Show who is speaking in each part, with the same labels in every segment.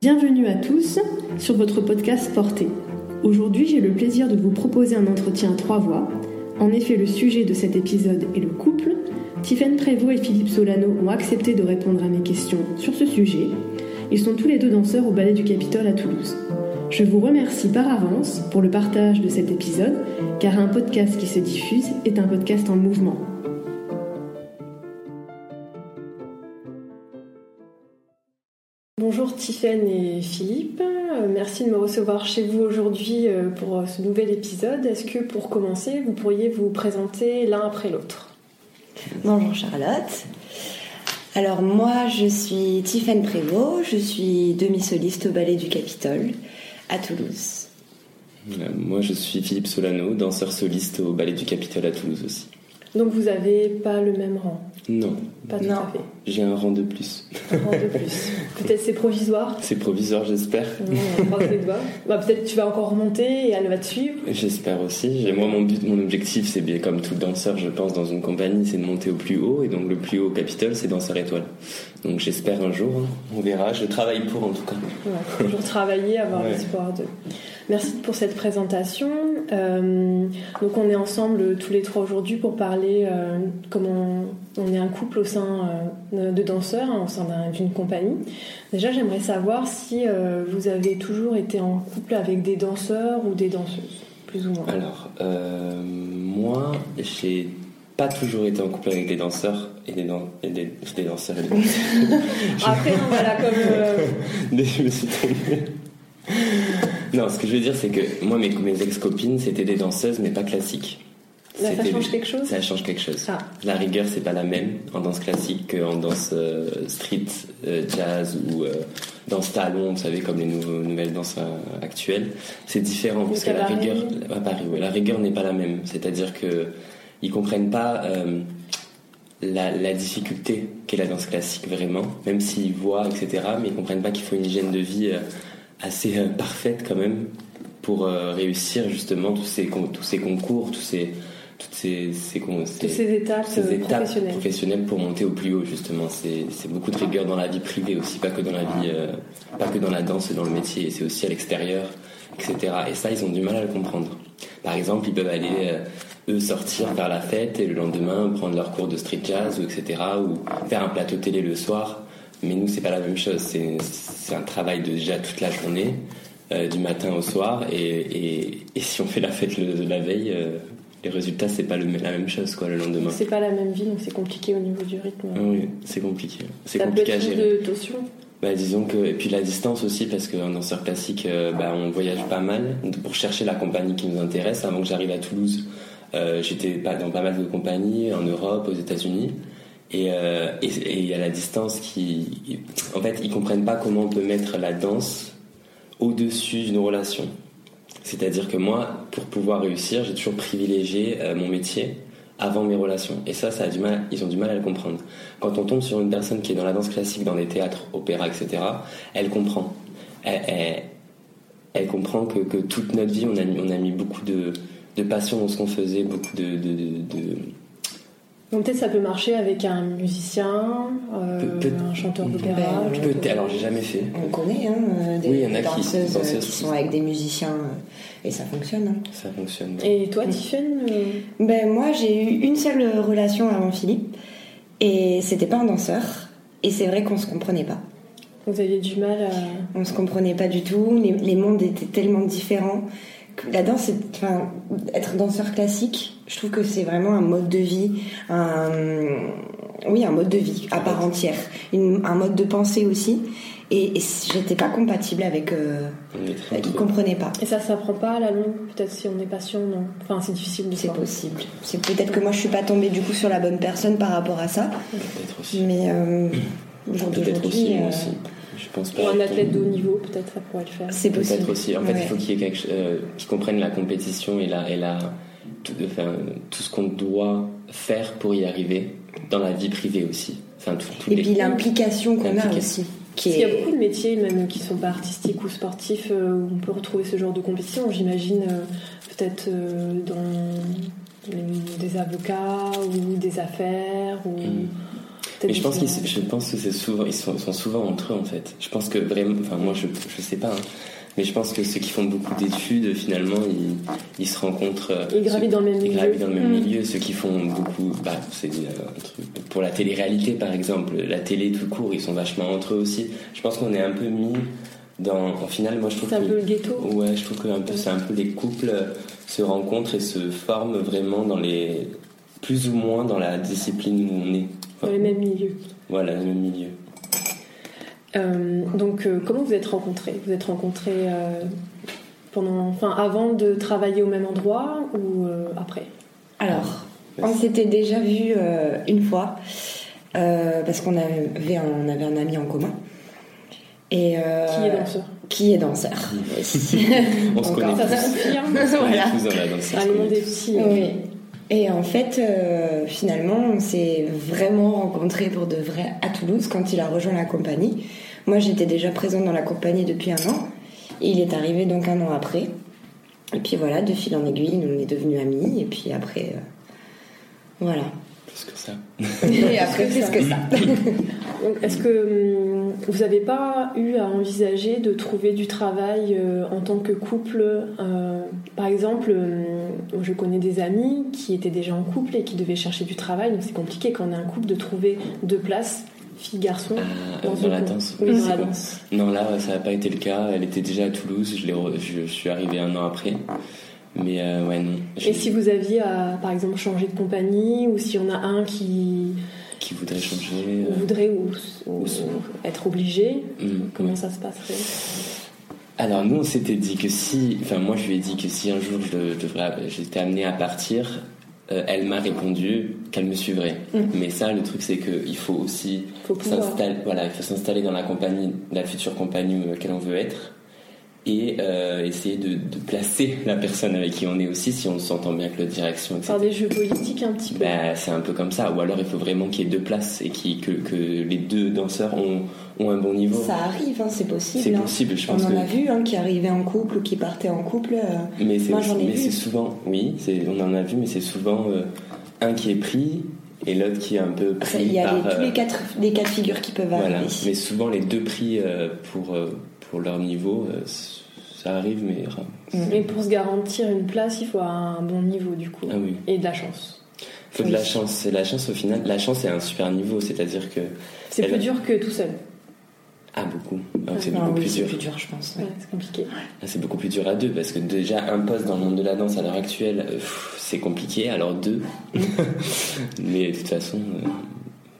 Speaker 1: Bienvenue à tous sur votre podcast Porté. Aujourd'hui, j'ai le plaisir de vous proposer un entretien à trois voix. En effet, le sujet de cet épisode est le couple. Tiffany Prévost et Philippe Solano ont accepté de répondre à mes questions sur ce sujet. Ils sont tous les deux danseurs au Ballet du Capitole à Toulouse. Je vous remercie par avance pour le partage de cet épisode, car un podcast qui se diffuse est un podcast en mouvement.
Speaker 2: Bonjour Tiffaine et Philippe, Euh, merci de me recevoir chez vous aujourd'hui euh, pour euh, ce nouvel épisode. Est-ce que pour commencer, vous pourriez vous présenter l'un après l'autre
Speaker 3: Bonjour Charlotte. Alors moi je suis Tiffaine Prévost, je suis demi-soliste au Ballet du Capitole à Toulouse.
Speaker 4: Euh, Moi, je suis Philippe Solano, danseur soliste au Ballet du Capitole à Toulouse aussi.
Speaker 2: Donc vous n'avez pas le même rang,
Speaker 4: Non,
Speaker 2: pas tout
Speaker 3: Non.
Speaker 2: à fait,
Speaker 4: j'ai un rang de plus.
Speaker 2: un rang de plus. Peut-être c'est provisoire, Euh,
Speaker 4: C'est provisoire, j'espère.
Speaker 2: on croise les doigts. Bah, Peut-être tu vas encore remonter et elle va te suivre.
Speaker 4: J'espère aussi. Et Moi, mon but, mon objectif, c'est bien comme tout danseur, je pense, dans une compagnie, c'est de monter au plus haut. Et donc, le plus haut au Capitole, c'est danseur étoile. Donc, j'espère un jour. hein. On verra. Je travaille pour, en tout cas.
Speaker 2: Voilà, toujours travailler, avoir
Speaker 4: Ouais.
Speaker 2: l'espoir de. Merci pour cette présentation. Euh, donc on est ensemble euh, tous les trois aujourd'hui pour parler euh, comment on est un couple au sein euh, de danseurs, hein, au sein d'un- d'une compagnie. Déjà, j'aimerais savoir si euh, vous avez toujours été en couple avec des danseurs ou des danseuses, plus ou moins.
Speaker 4: Alors, euh, moi, j'ai pas toujours été en couple avec des danseurs et des, dan- et des, des danseurs. et des-
Speaker 2: Après, non, voilà, comme euh,
Speaker 4: Dès que je me suis trompé. Non, ce que je veux dire, c'est que moi, mes, mes ex-copines, c'était des danseuses, mais pas classiques.
Speaker 2: là, ça
Speaker 4: C'était-
Speaker 2: change quelque chose.
Speaker 4: Ça change quelque chose.
Speaker 2: Ah,
Speaker 4: La rigueur, c'est pas la même en danse classique qu'en danse euh, street, euh, jazz ou euh, danse talon, vous savez, comme les nouveaux- nouvelles danses euh, actuelles. C'est différent
Speaker 2: Le
Speaker 4: parce que la
Speaker 2: cabaret.
Speaker 4: rigueur, à Paris, ouais, la rigueur n'est pas la même. C'est-à-dire que ils comprennent pas euh, la, la difficulté qu'est la danse classique vraiment, même s'ils voient, etc. Mais ils comprennent pas qu'il faut une hygiène de vie euh, assez euh, parfaite quand même pour euh, réussir justement tous ces, con- tous ces concours, tous ces, toutes ces, ces, con-
Speaker 2: toutes ces étapes
Speaker 4: ces
Speaker 2: euh,
Speaker 4: étapes professionnelles.
Speaker 2: professionnelles.
Speaker 4: pour monter au plus haut justement c'est c'est beaucoup de rigueur dans la vie privée aussi pas que dans la
Speaker 2: Ah.
Speaker 4: vie euh, pas que dans la danse et dans le métier c'est aussi à l'extérieur etc et ça ils ont du mal à le comprendre par exemple ils peuvent aller euh, eux sortir vers la fête et le lendemain prendre leur cours de street jazz ou etc ou faire un plateau télé le soir mais nous c'est pas la même chose c'est c'est un travail de déjà toute la journée euh, du matin au soir et, et, et si on fait la fête le- la veille euh, les résultats c'est pas le- la même chose quoi le lendemain
Speaker 2: C'est pas la même vie, donc c'est compliqué au niveau du rythme.
Speaker 4: ah Oui, c'est compliqué. C'est
Speaker 2: Ça peut
Speaker 4: compliqué à
Speaker 2: être source
Speaker 4: gérer.
Speaker 2: de tension.
Speaker 4: Bah, disons que, et puis la distance aussi, parce qu'en danseur classique, euh, bah, on voyage pas mal pour chercher la compagnie qui nous intéresse. Avant que j'arrive à Toulouse, euh, j'étais pas- dans pas mal de compagnies, en Europe, aux États-Unis. Et euh, et- et il y a la distance qui. En fait, ils comprennent pas comment on peut mettre la danse au-dessus d'une relation. C'est-à-dire que moi, pour pouvoir réussir, j'ai toujours privilégié euh, mon métier avant mes relations. Et ça, ça a du mal, ils ont du mal à le comprendre. Quand on tombe sur une personne qui est dans la danse classique, dans les théâtres, opéras, etc., elle comprend. Elle, elle- elle comprend que, que toute notre vie, on a, mis- on a mis beaucoup de, de passion dans ce qu'on faisait, beaucoup de... de- de- de-
Speaker 2: Donc peut-être ça peut marcher avec un musicien, euh,
Speaker 4: Pe- peut-
Speaker 2: un chanteur d'opéra.
Speaker 3: Ben,
Speaker 2: un chanteur-
Speaker 4: Peut-être- alors j'ai jamais fait.
Speaker 3: On connaît hein, euh, des
Speaker 4: Oui, il y en a qui-
Speaker 3: danseuses,
Speaker 4: danseuses
Speaker 3: euh, qui,
Speaker 4: qui-
Speaker 3: sont avec des musiciens euh, et ça fonctionne. hein.
Speaker 4: Ça fonctionne.
Speaker 2: Et toi,
Speaker 3: Mm.
Speaker 2: Tiffen, euh,
Speaker 3: Ben, moi j'ai eu une seule relation avant Philippe et c'était pas un danseur et c'est vrai qu'on se comprenait pas.
Speaker 2: vous aviez du mal à...
Speaker 3: On se comprenait pas du tout, les, les mondes étaient tellement différents. que La danse, est- enfin, être danseur classique, je trouve que c'est vraiment un mode de vie, un, oui, un mode de vie à part entière, une- un mode de pensée aussi. Et, et j'étais pas compatible avec, euh,
Speaker 4: On est très
Speaker 3: ils
Speaker 4: entre-
Speaker 3: comprenaient pas.
Speaker 2: Et ça, ça prend pas à la longue, peut-être si on est patient, non. Enfin, c'est difficile de
Speaker 3: C'est
Speaker 2: savoir.
Speaker 3: possible. C'est peut-être que moi je suis pas tombée du coup sur la bonne personne par rapport à ça,
Speaker 4: peut-être aussi.
Speaker 3: mais euh, au jour
Speaker 4: Peut-être
Speaker 3: d'aujourd'hui,
Speaker 4: aussi, moi
Speaker 3: euh,
Speaker 4: aussi. Je pense pas.
Speaker 2: Ou un athlète de haut niveau, peut-être ça pourrait le faire.
Speaker 3: C'est possible.
Speaker 4: Peut-être aussi. En fait,
Speaker 3: Ouais.
Speaker 4: il faut qu'il y ait quelque chose qui comprenne la compétition et la, et la tout, enfin, tout ce qu'on doit faire pour y arriver dans la vie privée aussi. Enfin, tout, tous
Speaker 3: Et
Speaker 4: les-
Speaker 3: puis l'implication qu'on a
Speaker 4: L'implication.
Speaker 3: aussi. Qui
Speaker 2: Parce qu'il y a
Speaker 3: est...
Speaker 2: beaucoup de métiers même qui sont pas artistiques ou sportifs euh, où on peut retrouver ce genre de compétition. J'imagine euh, peut-être euh, dans les- des avocats ou des affaires ou
Speaker 4: Mm.
Speaker 2: peut-être
Speaker 4: Mais je
Speaker 2: des-
Speaker 4: pense, qu'ils, je pense que c'est souvent, ils sont, sont souvent entre eux en fait. Je pense que vraiment, enfin moi je, je sais pas, hein, mais je pense que ceux qui font beaucoup d'études finalement ils, ils se rencontrent. euh,
Speaker 2: Ils gravitent dans le même
Speaker 4: ceux- ils
Speaker 2: milieu.
Speaker 4: gravitent dans le même
Speaker 2: Mm.
Speaker 4: milieu. Ceux qui font beaucoup, bah, c'est euh, un truc. Pour la télé-réalité par exemple, la télé tout court, ils sont vachement entre eux aussi. Je pense qu'on est un peu mis dans. En final, moi je trouve
Speaker 2: C'est un
Speaker 4: que.
Speaker 2: peu le ghetto.
Speaker 4: Ouais, je trouve que un peu- c'est un peu les couples euh, se rencontrent et se forment vraiment dans les. plus ou moins dans la discipline où on est.
Speaker 2: Dans les mêmes milieux.
Speaker 4: Voilà, le même milieu.
Speaker 2: Euh, donc, euh, comment vous êtes rencontrés Vous êtes rencontrés euh, pendant, enfin, avant de travailler au même endroit ou euh, après
Speaker 3: Alors, on s'était déjà vu euh, une fois euh, parce qu'on avait, un- on avait un ami en commun. Et, euh,
Speaker 2: Qui est danseur
Speaker 3: qui est danseur aussi.
Speaker 4: On se
Speaker 3: Encore.
Speaker 4: connaît
Speaker 2: Ça,
Speaker 4: tous.
Speaker 2: ça confirme.
Speaker 4: On se connaît
Speaker 3: Voilà.
Speaker 4: tous dans la danse. on
Speaker 2: Ah,
Speaker 4: se
Speaker 2: le
Speaker 4: connaît
Speaker 2: monde est
Speaker 4: tous.
Speaker 2: petit.
Speaker 3: Oui. Et en fait, euh, finalement, on s'est vraiment rencontrés pour de vrai à Toulouse quand il a rejoint la compagnie. Moi, j'étais déjà présente dans la compagnie depuis un an. Il est arrivé donc un an après. Et puis voilà, de fil en aiguille, on est devenus amis. Et puis après, euh, voilà.
Speaker 4: Plus que ça.
Speaker 3: Et après, plus que ça.
Speaker 2: Donc, Est-ce que hum, vous n'avez pas eu à envisager de trouver du travail euh, en tant que couple euh, Par exemple, hum, je connais des amis qui étaient déjà en couple et qui devaient chercher du travail, donc c'est compliqué quand on est un couple de trouver deux places, fille-garçon.
Speaker 4: Ah,
Speaker 2: Dans
Speaker 4: dans,
Speaker 2: une
Speaker 4: la
Speaker 2: cour.
Speaker 4: danse.
Speaker 2: Oui,
Speaker 4: oui,
Speaker 2: dans
Speaker 4: c'est
Speaker 2: la
Speaker 4: bon.
Speaker 2: danse.
Speaker 4: Non, là, ça n'a pas été le cas. Elle était déjà à Toulouse. Je, l'ai re- je, je suis arrivé un an après. Mais euh, ouais, non. J'ai-
Speaker 2: Et si vous aviez à, par exemple, changer de compagnie, ou si on a un qui
Speaker 4: Qui voudrait changer euh,
Speaker 2: voudrait ou, ou-
Speaker 4: ou se-
Speaker 2: être obligé,
Speaker 4: hum,
Speaker 2: comment ça se passerait
Speaker 4: Alors nous on s'était dit que si, enfin moi je lui ai dit que si un jour je devrais, j'étais amené à partir, euh, elle m'a répondu qu'elle me suivrait.
Speaker 2: Hmm.
Speaker 4: Mais ça le truc c'est que il faut aussi
Speaker 2: Faut pouvoir.
Speaker 4: s'installer, voilà, il faut s'installer dans la compagnie, la future compagnie dans laquelle on veut être, et euh, essayer de, de placer la personne avec qui on est aussi si on s'entend bien avec la direction, etc.
Speaker 2: Par des jeux politiques un petit peu.
Speaker 4: Bah, c'est un peu comme ça, ou alors il faut vraiment qu'il y ait deux places et qui, que, que les deux danseurs ont, ont un bon niveau.
Speaker 3: Ça arrive, hein, c'est possible.
Speaker 4: c'est
Speaker 3: hein.
Speaker 4: possible, je
Speaker 3: On
Speaker 4: pense
Speaker 3: en
Speaker 4: que.
Speaker 3: a vu hein, qui arrivaient en couple ou qui partaient en couple. euh,
Speaker 4: Mais c'est
Speaker 3: Moi, j'en ai
Speaker 4: mais
Speaker 3: vu.
Speaker 4: c'est souvent, oui, c'est- on en a vu, mais c'est souvent euh, un qui est pris et l'autre qui est un peu
Speaker 3: ça,
Speaker 4: pris
Speaker 3: Il y a
Speaker 4: par.
Speaker 3: les- tous
Speaker 4: euh,
Speaker 3: les quatre, des cas de figure qui peuvent
Speaker 4: voilà.
Speaker 3: arriver.
Speaker 4: Mais souvent les deux pris euh, pour, euh, pour leur niveau, euh, c- ça arrive, mais. rare.
Speaker 2: Mais pour se garantir une place, il faut un bon niveau du coup.
Speaker 4: Ah oui.
Speaker 2: Et de la chance.
Speaker 4: Faut de
Speaker 3: Oui.
Speaker 4: la chance. C'est la chance au final. La chance est un super niveau, c'est-à-dire que.
Speaker 2: C'est
Speaker 4: Elle-
Speaker 2: plus dur que tout seul.
Speaker 4: Mm. Ah, beaucoup. Ah, c'est
Speaker 3: Ah
Speaker 4: beaucoup
Speaker 3: oui,
Speaker 4: plus
Speaker 3: c'est
Speaker 4: dur.
Speaker 3: plus dur, je pense. ouais.
Speaker 2: Ouais, c'est compliqué.
Speaker 4: Ah, C'est beaucoup plus dur à deux parce que déjà un poste dans le monde de la danse à l'heure actuelle, euh, pff, c'est compliqué, alors deux.
Speaker 3: Mm.
Speaker 4: Mais de toute façon, euh,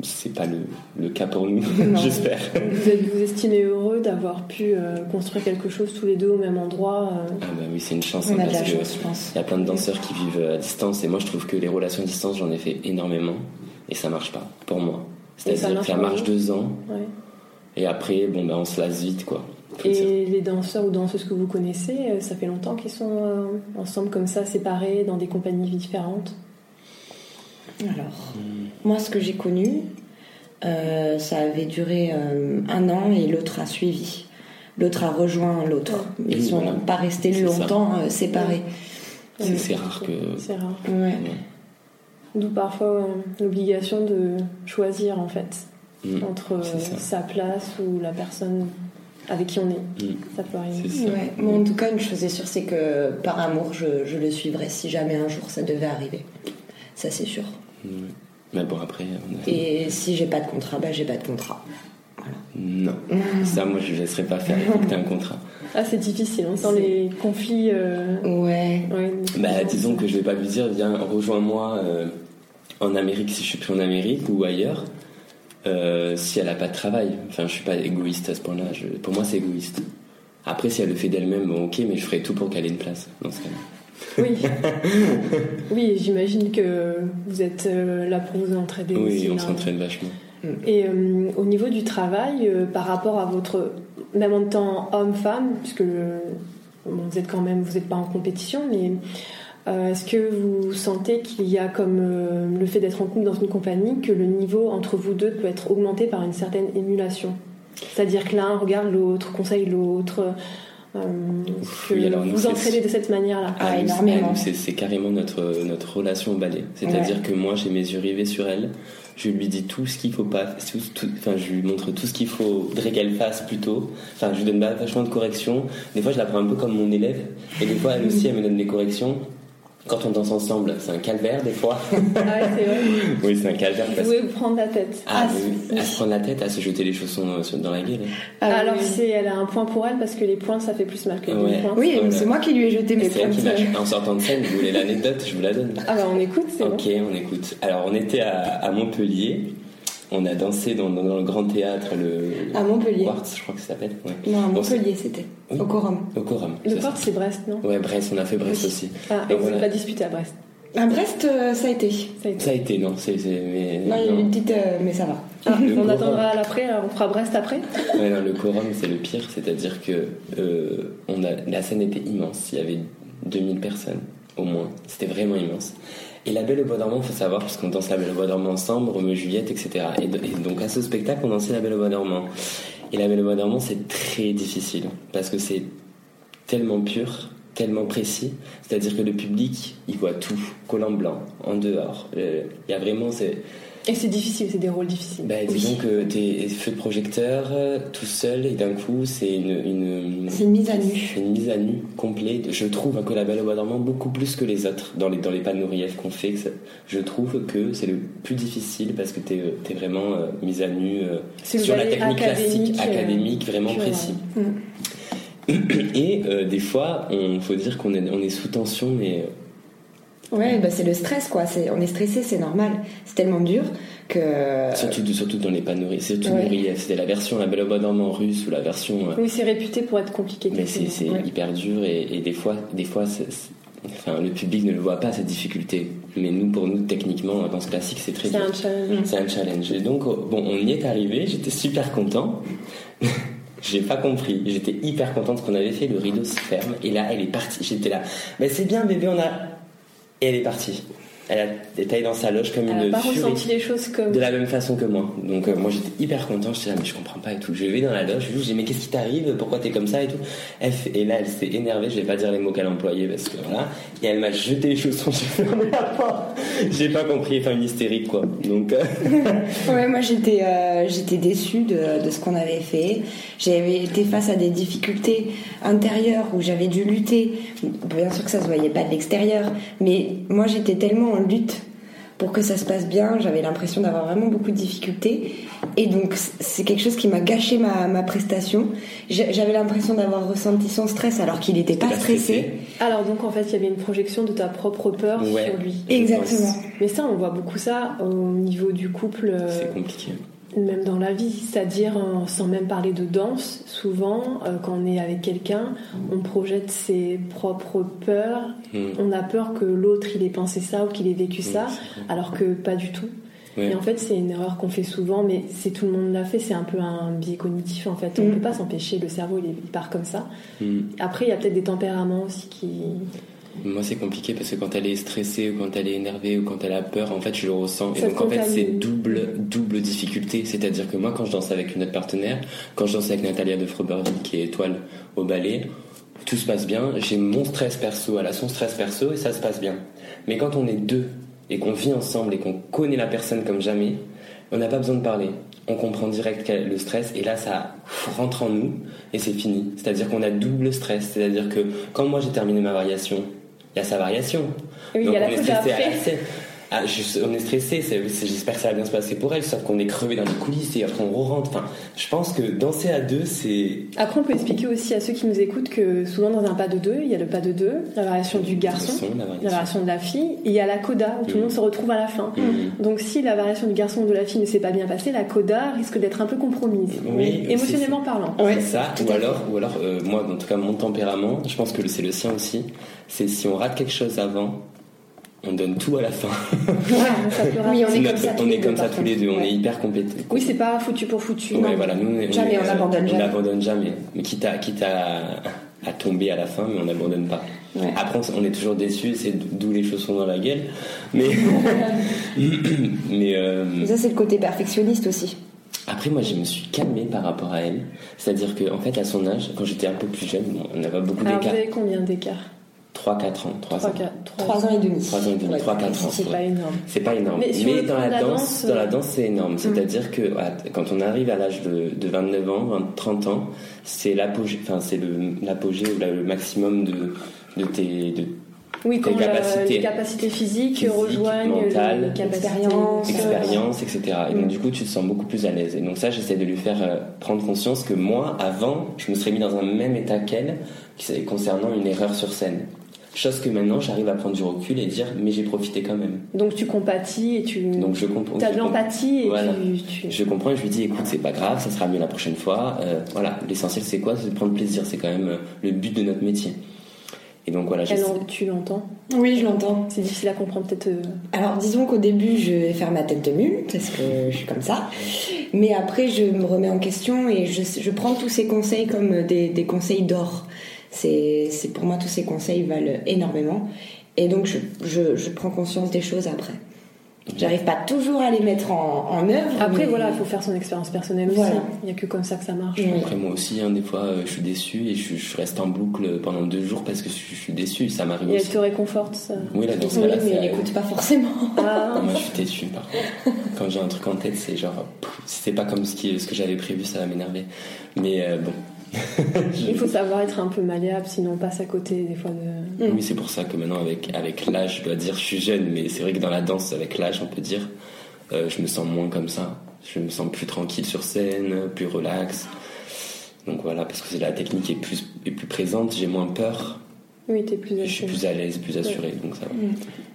Speaker 4: c'est pas le, le cas pour nous,
Speaker 3: Non.
Speaker 4: j'espère.
Speaker 2: Vous êtes vous estimez heureux d'avoir pu euh, construire quelque chose tous les deux au même endroit. euh.
Speaker 4: Ah bah oui, c'est une chance
Speaker 3: On
Speaker 4: hein,
Speaker 3: a de
Speaker 4: parce
Speaker 3: la
Speaker 4: que
Speaker 3: chance, je pense.
Speaker 4: il y a plein de danseurs qui vivent euh, à distance et moi je trouve que les relations à distance j'en ai fait énormément et ça marche pas pour moi. C'est-à-dire
Speaker 2: marche
Speaker 4: que ça
Speaker 2: pour
Speaker 4: marche
Speaker 2: vous
Speaker 4: deux ans
Speaker 2: Ouais.
Speaker 4: et après bon bah on se lasse vite quoi. Faut le dire.
Speaker 2: Et les danseurs ou danseuses que vous connaissez, euh, ça fait longtemps qu'ils sont euh, ensemble comme ça, séparés, dans des compagnies différentes.
Speaker 3: Alors, moi, ce que j'ai connu, euh, ça avait duré euh, un an et l'autre a suivi. L'autre a rejoint l'autre. Ils
Speaker 4: Oui,
Speaker 3: sont
Speaker 4: Oh. voilà.
Speaker 3: pas restés
Speaker 4: C'est ça.
Speaker 3: longtemps euh, séparés.
Speaker 4: C'est- c'est rare que-
Speaker 2: C'est rare.
Speaker 3: Ouais.
Speaker 2: D'où parfois euh, l'obligation de choisir en fait
Speaker 4: Mm.
Speaker 2: entre euh,
Speaker 4: C'est ça.
Speaker 2: sa place ou la personne avec qui on est.
Speaker 4: Mm.
Speaker 2: Ça peut
Speaker 4: C'est
Speaker 2: arriver.
Speaker 4: ça.
Speaker 3: Ouais. Moi, en tout cas, une chose est sûre, c'est que par amour, je, je le suivrai si jamais un jour ça devait arriver. Ça, c'est sûr.
Speaker 4: Ouais. Mais bon après on a-
Speaker 3: Et si j'ai pas de contrat, bah j'ai pas de contrat. Voilà.
Speaker 4: non ça moi je laisserai pas faire il faut que t'aies un contrat.
Speaker 2: Ah, c'est difficile, on sent
Speaker 3: C'est-
Speaker 2: les conflits. euh,
Speaker 3: Ouais.
Speaker 2: ouais,
Speaker 4: Bah,
Speaker 2: les-
Speaker 4: disons que je vais pas lui dire, viens, rejoins-moi euh, en Amérique si je suis pris en Amérique ou ailleurs, euh, si elle a pas de travail. Enfin, je suis pas égoïste à ce point-là. Je- Pour moi, c'est égoïste. Après, si elle le fait d'elle-même, bon, ok, mais je ferai tout pour qu'elle ait une place dans ce cas-là.
Speaker 2: Oui, oui j'imagine que vous êtes euh, là pour vous entraider.
Speaker 4: Oui,
Speaker 2: aussi,
Speaker 4: on
Speaker 2: là.
Speaker 4: s'entraîne vachement.
Speaker 2: Et euh, au niveau du travail, euh, par rapport à votre, même en temps homme-femme, puisque euh, bon, vous êtes quand même, vous n'êtes pas en compétition, mais euh, est-ce que vous sentez qu'il y a comme euh, le fait d'être en couple dans une compagnie que le niveau entre vous deux peut être augmenté par une certaine émulation C'est-à-dire que l'un regarde l'autre, conseille l'autre. euh, est-ce que
Speaker 4: Oui, alors nous,
Speaker 2: vous
Speaker 4: c'est-
Speaker 2: entraînez de cette manière-là.
Speaker 3: Ah,
Speaker 4: À nous,
Speaker 3: énormément.
Speaker 4: à nous, c'est- C'est carrément notre, notre relation au balai. C'est-à-dire que moi, j'ai mes yeux rivés sur elle. Je lui dis tout ce qu'il faut pas. tout- tout- enfin, je lui montre tout ce qu'il faudrait qu'elle fasse plutôt. Enfin, je lui donne vachement de corrections. Des fois, je la prends un peu comme mon élève. Et des fois, elle aussi, elle me donne des corrections. Quand on danse ensemble, c'est un calvaire, des fois.
Speaker 2: Ah ouais, c'est vrai.
Speaker 4: oui, c'est un calvaire
Speaker 2: Vous
Speaker 4: parce
Speaker 2: pouvez vous prendre la tête.
Speaker 4: Ah,
Speaker 3: Ah,
Speaker 4: oui,
Speaker 3: oui.
Speaker 4: à se prendre la tête, à se jeter les chaussons euh, sur- dans la gueule.
Speaker 2: Alors c'est, elle a un point pour elle parce que les points, ça fait plus mal que les
Speaker 4: Ouais.
Speaker 2: points.
Speaker 3: Oui,
Speaker 4: Voilà.
Speaker 3: c'est moi qui lui ai jeté mes
Speaker 4: C'est elle qui
Speaker 3: plantes.
Speaker 4: m'a- En sortant de scène, vous voulez l'anecdote, je vous la donne.
Speaker 2: Ah bah on écoute, c'est bon.
Speaker 4: Ok, on écoute. Alors, on était à, à Montpellier. On a dansé dans, dans- dans le grand théâtre, le
Speaker 3: euh, À Montpellier.
Speaker 4: Quartz, je crois que ça s'appelle. ouais.
Speaker 3: Non, à
Speaker 4: Bon,
Speaker 3: Montpellier, c'était.
Speaker 4: Oui.
Speaker 3: Au Corum.
Speaker 4: Au Corum.
Speaker 2: Le
Speaker 4: c'est ça.
Speaker 2: port, c'est Brest, non
Speaker 4: Ouais, Brest, on a fait Brest
Speaker 3: Oui.
Speaker 4: aussi.
Speaker 2: Ah, et vous
Speaker 4: Voilà.
Speaker 2: n'avez pas disputé à Brest.
Speaker 3: À Brest, euh, ça a été.
Speaker 2: Ça a été.
Speaker 4: Ça a été, non, c'est. c'est- mais-
Speaker 3: Non, il y a eu une
Speaker 4: non.
Speaker 3: petite. euh, mais ça va.
Speaker 2: Ah,
Speaker 4: Le
Speaker 2: on
Speaker 4: Corum.
Speaker 2: attendra à l'après, alors on fera Brest après.
Speaker 4: Ouais, non, le quorum, c'est le pire, c'est-à-dire que euh, on a, la scène était immense, il y avait 2000 personnes au moins, c'était vraiment immense. Et la Belle au Bois dormant, faut savoir, parce qu'on danse la Belle au Bois dormant ensemble, Roméo et Juliette, etc. Et, do- et donc à ce spectacle, on dansait la Belle au Bois dormant. Et la Belle au Bois dormant, c'est très difficile, parce que c'est tellement pur, tellement précis, c'est-à-dire que le public, il voit tout, collant blanc, en dehors. Euh, Il y a vraiment, c'est,
Speaker 2: Et c'est difficile, c'est des rôles difficiles.
Speaker 4: bah, disons que t'es feu de projecteur euh, tout seul et d'un coup c'est une, une,
Speaker 3: C'est une mise à nu.
Speaker 4: une mise à nu complète. Je trouve hein, que la Belle au Bois dormant beaucoup plus que les autres dans les, dans les panneaux reliefs qu'on fait. que ça- je trouve que c'est le plus difficile parce que t'es euh, t'es vraiment euh, mise à nu euh,
Speaker 2: C'est le
Speaker 4: sur la
Speaker 2: ballet
Speaker 4: technique classique,
Speaker 2: euh,
Speaker 4: académique, vraiment
Speaker 2: pur,
Speaker 4: précis. Et euh, des fois, on faut dire qu'on est, on est sous tension mais euh,
Speaker 3: Ouais, bah, c'est le stress, quoi. C'est- on est stressé, c'est normal. C'est tellement dur que.
Speaker 4: surtout, surtout dans les panneaux reliefs. Surtout
Speaker 3: Ouais.
Speaker 4: nos reliefs. C'était la version la Belle au Bois dormant russe ou la version. euh,
Speaker 2: Oui, c'est réputé pour être compliqué.
Speaker 4: Mais c'est c'est
Speaker 2: Ouais.
Speaker 4: hyper dur et, et des fois, des fois c'est- c'est- enfin, le public ne le voit pas, cette difficulté. Mais nous, pour nous, techniquement, en danse classique, c'est très
Speaker 2: C'est
Speaker 4: dur.
Speaker 2: un challenge.
Speaker 4: C'est un challenge. Et donc, oh, bon, on y est arrivé, j'étais super content. J'ai pas compris. J'étais hyper contente qu'on avait fait, le rideau se ferme. Et là, elle est partie. J'étais là. Mais c'est bien, bébé, on a. Et elle est partie. Elle a détaillé dans sa loge comme
Speaker 2: Elle
Speaker 4: une
Speaker 2: n'a pas
Speaker 4: furie
Speaker 2: ressenti les choses comme.
Speaker 4: de la même façon que moi. Donc euh, moi j'étais hyper content, je disais ah, mais je comprends pas et tout. Je vais dans la loge, je lui dis mais qu'est-ce qui t'arrive, pourquoi t'es comme ça et tout. Elle fait- et là elle s'est énervée, je vais pas dire les mots qu'elle a employés parce que voilà. Et elle m'a jeté les chaussons, j'ai fermé la porte. J'ai pas compris, enfin une hystérique quoi. Donc euh,
Speaker 3: Ouais, moi j'étais euh, j'étais déçue de, de ce qu'on avait fait. J'avais été face à des difficultés intérieures où j'avais dû lutter. Bien sûr que ça se voyait pas de l'extérieur, mais moi j'étais tellement en lutte pour que ça se passe bien. J'avais l'impression d'avoir vraiment beaucoup de difficultés. Et donc c- c'est quelque chose qui m'a gâché ma, ma prestation. J'a- J'avais l'impression d'avoir ressenti son stress alors qu'il n'était pas
Speaker 4: t'as
Speaker 3: stressé.
Speaker 2: Alors, donc, en fait, il y avait une projection de ta propre peur
Speaker 4: Ouais.
Speaker 2: sur lui.
Speaker 4: je
Speaker 3: Exactement.
Speaker 4: pense.
Speaker 2: Mais ça, on voit beaucoup ça au niveau du couple, euh,
Speaker 4: C'est compliqué.
Speaker 2: même dans la vie. C'est-à-dire, euh, sans même parler de danse, souvent, euh, quand on est avec quelqu'un, on projette ses propres peurs
Speaker 4: Hmm.
Speaker 2: On a peur que l'autre il ait pensé ça ou qu'il ait vécu Euh, ça,
Speaker 4: Oui, c'est vrai.
Speaker 2: alors que pas du tout.
Speaker 4: Ouais.
Speaker 2: Et en fait, c'est une erreur qu'on fait souvent, mais c'est tout le monde l'a fait. C'est un peu un biais cognitif en fait. On
Speaker 3: Mm.
Speaker 2: peut pas s'empêcher. Le cerveau il, est- il part comme ça.
Speaker 4: Hmm.
Speaker 2: Après, il y a peut-être des tempéraments aussi qui.
Speaker 4: Moi, c'est compliqué parce que quand elle est stressée ou quand elle est énervée ou quand elle a peur, en fait, je le ressens. Et
Speaker 2: Ça
Speaker 4: donc,
Speaker 2: te
Speaker 4: en fait,
Speaker 2: contamine.
Speaker 4: c'est double, double difficulté. C'est-à-dire que moi, quand je danse avec une autre partenaire, quand je danse avec Natalia de Froberville, qui est étoile au ballet, tout se passe bien. J'ai mon stress perso, elle a son stress perso et ça se passe bien. Mais quand on est deux et qu'on vit ensemble et qu'on connaît la personne comme jamais, on n'a pas besoin de parler. On comprend direct quel- le stress et là ça rentre en nous et c'est fini. C'est-à-dire qu'on a double stress. C'est-à-dire que quand moi j'ai terminé ma variation, il y a sa variation.
Speaker 2: Oui, il y
Speaker 4: Donc
Speaker 2: a la
Speaker 4: on est
Speaker 2: pause
Speaker 4: stressé
Speaker 2: après.
Speaker 4: à la scène. Ah, je- on est stressé, c'est- c'est- j'espère que ça va bien se passer pour elle, sauf qu'on est crevé dans les coulisses et après on rentre. Enfin, je pense que danser à deux, c'est
Speaker 2: Après, on peut expliquer aussi à ceux qui nous écoutent que souvent dans un pas de deux, il y a le pas de deux, la variation du garçon,
Speaker 4: la
Speaker 2: la
Speaker 4: variation.
Speaker 2: variation de la fille, et il y a la coda où tout le
Speaker 4: Mm.
Speaker 2: monde se retrouve à la fin.
Speaker 4: Mhm.
Speaker 2: Donc, si la variation du garçon ou de la fille ne s'est pas bien passée, la coda risque d'être un peu compromise,
Speaker 4: Oui, c'est-
Speaker 2: émotionnellement parlant.
Speaker 3: Ouais,
Speaker 4: c'est ça,
Speaker 3: tout
Speaker 4: ou
Speaker 3: à
Speaker 4: alors, ou alors euh, moi, en tout cas, mon tempérament, je pense que c'est le sien aussi, c'est si on rate quelque chose avant, on donne tout à la fin.
Speaker 2: Voilà, ça peut
Speaker 3: Oui, on est
Speaker 4: Notre-
Speaker 3: comme ça tous les deux,
Speaker 4: comme ça
Speaker 3: par
Speaker 4: tous les
Speaker 3: contre.
Speaker 4: deux, on
Speaker 3: Ouais.
Speaker 4: est hyper compétents.
Speaker 2: Oui, c'est pas foutu pour foutu.
Speaker 4: Ouais,
Speaker 2: non.
Speaker 4: voilà, nous, on est-
Speaker 3: Jamais,
Speaker 4: est-
Speaker 3: on n'abandonne jamais.
Speaker 4: On n'abandonne jamais. Mais quitte à, quitte à, à tomber à la fin, mais on n'abandonne pas.
Speaker 3: Ouais.
Speaker 4: Après, on- on est toujours déçus, c'est d'où les choses sont dans la gueule. Mais, mais euh,
Speaker 3: Mais Ça, c'est le côté perfectionniste aussi.
Speaker 4: après, moi, je me suis calmé par rapport à elle. C'est-à-dire que, en fait, à son âge, quand j'étais un peu plus jeune, bon, on n'a pas beaucoup
Speaker 2: Alors, vous
Speaker 4: d'écart.
Speaker 2: avez combien d'écart
Speaker 4: 3-4 ans. 3
Speaker 2: 3,
Speaker 4: ans.
Speaker 2: 4, 3,
Speaker 3: Trois ans et demi.
Speaker 4: Trois ans et demi,
Speaker 3: Ouais.
Speaker 4: trois, quatre ans.
Speaker 2: C'est pas énorme.
Speaker 4: C'est pas énorme.
Speaker 2: Mais
Speaker 4: Mais,
Speaker 2: sur le
Speaker 4: dans,
Speaker 2: plan de
Speaker 4: la
Speaker 2: la
Speaker 4: danse,
Speaker 2: danse,
Speaker 4: dans
Speaker 2: euh,
Speaker 4: la danse, c'est énorme. C'est-à-dire que à- quand on arrive à l'âge de, de 29 ans, 20, 30 ans, c'est l'apogée, enfin c'est le- l'apogée ou la- le maximum de, de tes. de-
Speaker 2: Oui, quand
Speaker 4: Les
Speaker 2: la-
Speaker 4: capacités.
Speaker 2: les capacités physiques
Speaker 4: Physique,
Speaker 2: rejoignent euh,
Speaker 4: mentale,
Speaker 2: les capacités
Speaker 3: expérience,
Speaker 2: sociales.
Speaker 4: expérience, etc. Et donc du coup, tu te sens beaucoup plus à l'aise. Et donc ça, j'essaie de lui faire euh, prendre conscience que moi, avant, je me serais mis dans un même état qu'elle qui c'est- concernant une erreur sur scène. Chose que maintenant, j'arrive à prendre du recul et dire, mais j'ai profité quand même.
Speaker 2: Donc tu compatis et tu
Speaker 4: Donc je comprends.
Speaker 2: as
Speaker 4: je
Speaker 2: de
Speaker 4: comprends.
Speaker 2: l'empathie et
Speaker 4: Voilà.
Speaker 2: tu, tu-
Speaker 4: Je comprends et je lui dis écoute c'est pas grave, ça sera mieux la prochaine fois. Euh, voilà, l'essentiel c'est quoi C'est de prendre plaisir, c'est quand même euh, le but de notre métier. Et donc voilà,
Speaker 2: elle
Speaker 4: j'essaie-
Speaker 2: en- tu l'entends.
Speaker 3: Oui, je l'entends.
Speaker 2: C'est difficile à comprendre peut-être. euh,
Speaker 3: Alors disons qu'au début je vais faire ma tête de mule parce que je suis comme ça, mais après je me remets en question et je, je prends tous ces conseils comme des, des conseils d'or. C'est c'est- pour moi tous ces conseils valent énormément et donc je, je, je prends conscience des choses après. J'arrive pas toujours à les mettre en, en œuvre.
Speaker 2: Après
Speaker 3: mais-
Speaker 2: voilà, il faut faire son expérience personnelle
Speaker 3: Voilà.
Speaker 2: aussi. Il n'y a que comme ça que ça marche.
Speaker 3: Oui.
Speaker 4: après moi aussi, hein, des fois euh, je suis déçu et je, je reste en boucle pendant deux jours parce que je, je suis déçu, ça m'arrive
Speaker 2: Et elle
Speaker 4: aussi.
Speaker 2: te réconforte. Ça.
Speaker 4: Oui, là, dans ce
Speaker 3: Oui,
Speaker 4: cas-là,
Speaker 3: mais
Speaker 4: c'est-
Speaker 3: elle écoute pas forcément.
Speaker 2: Ah,
Speaker 4: Non, moi euh, je suis têtu par contre. Quand j'ai un truc en tête, c'est genre, pff, si c'est pas comme ce, qui, ce que j'avais prévu, ça va m'énerver. Mais euh, bon. Je-
Speaker 2: il faut savoir être un peu malléable, sinon on passe à côté des fois de.
Speaker 3: Mm.
Speaker 4: Oui, c'est pour ça que maintenant, avec, avec l'âge, je dois dire je suis jeune, mais c'est vrai que dans la danse, avec l'âge, on peut dire euh, je me sens moins comme ça. Je me sens plus tranquille sur scène, plus relax. Donc voilà, parce que c'est la technique est plus, est plus présente, j'ai moins peur,
Speaker 2: Oui, t'es plus
Speaker 4: et je suis
Speaker 2: assuré.
Speaker 4: plus à l'aise, plus assuré, donc ça va.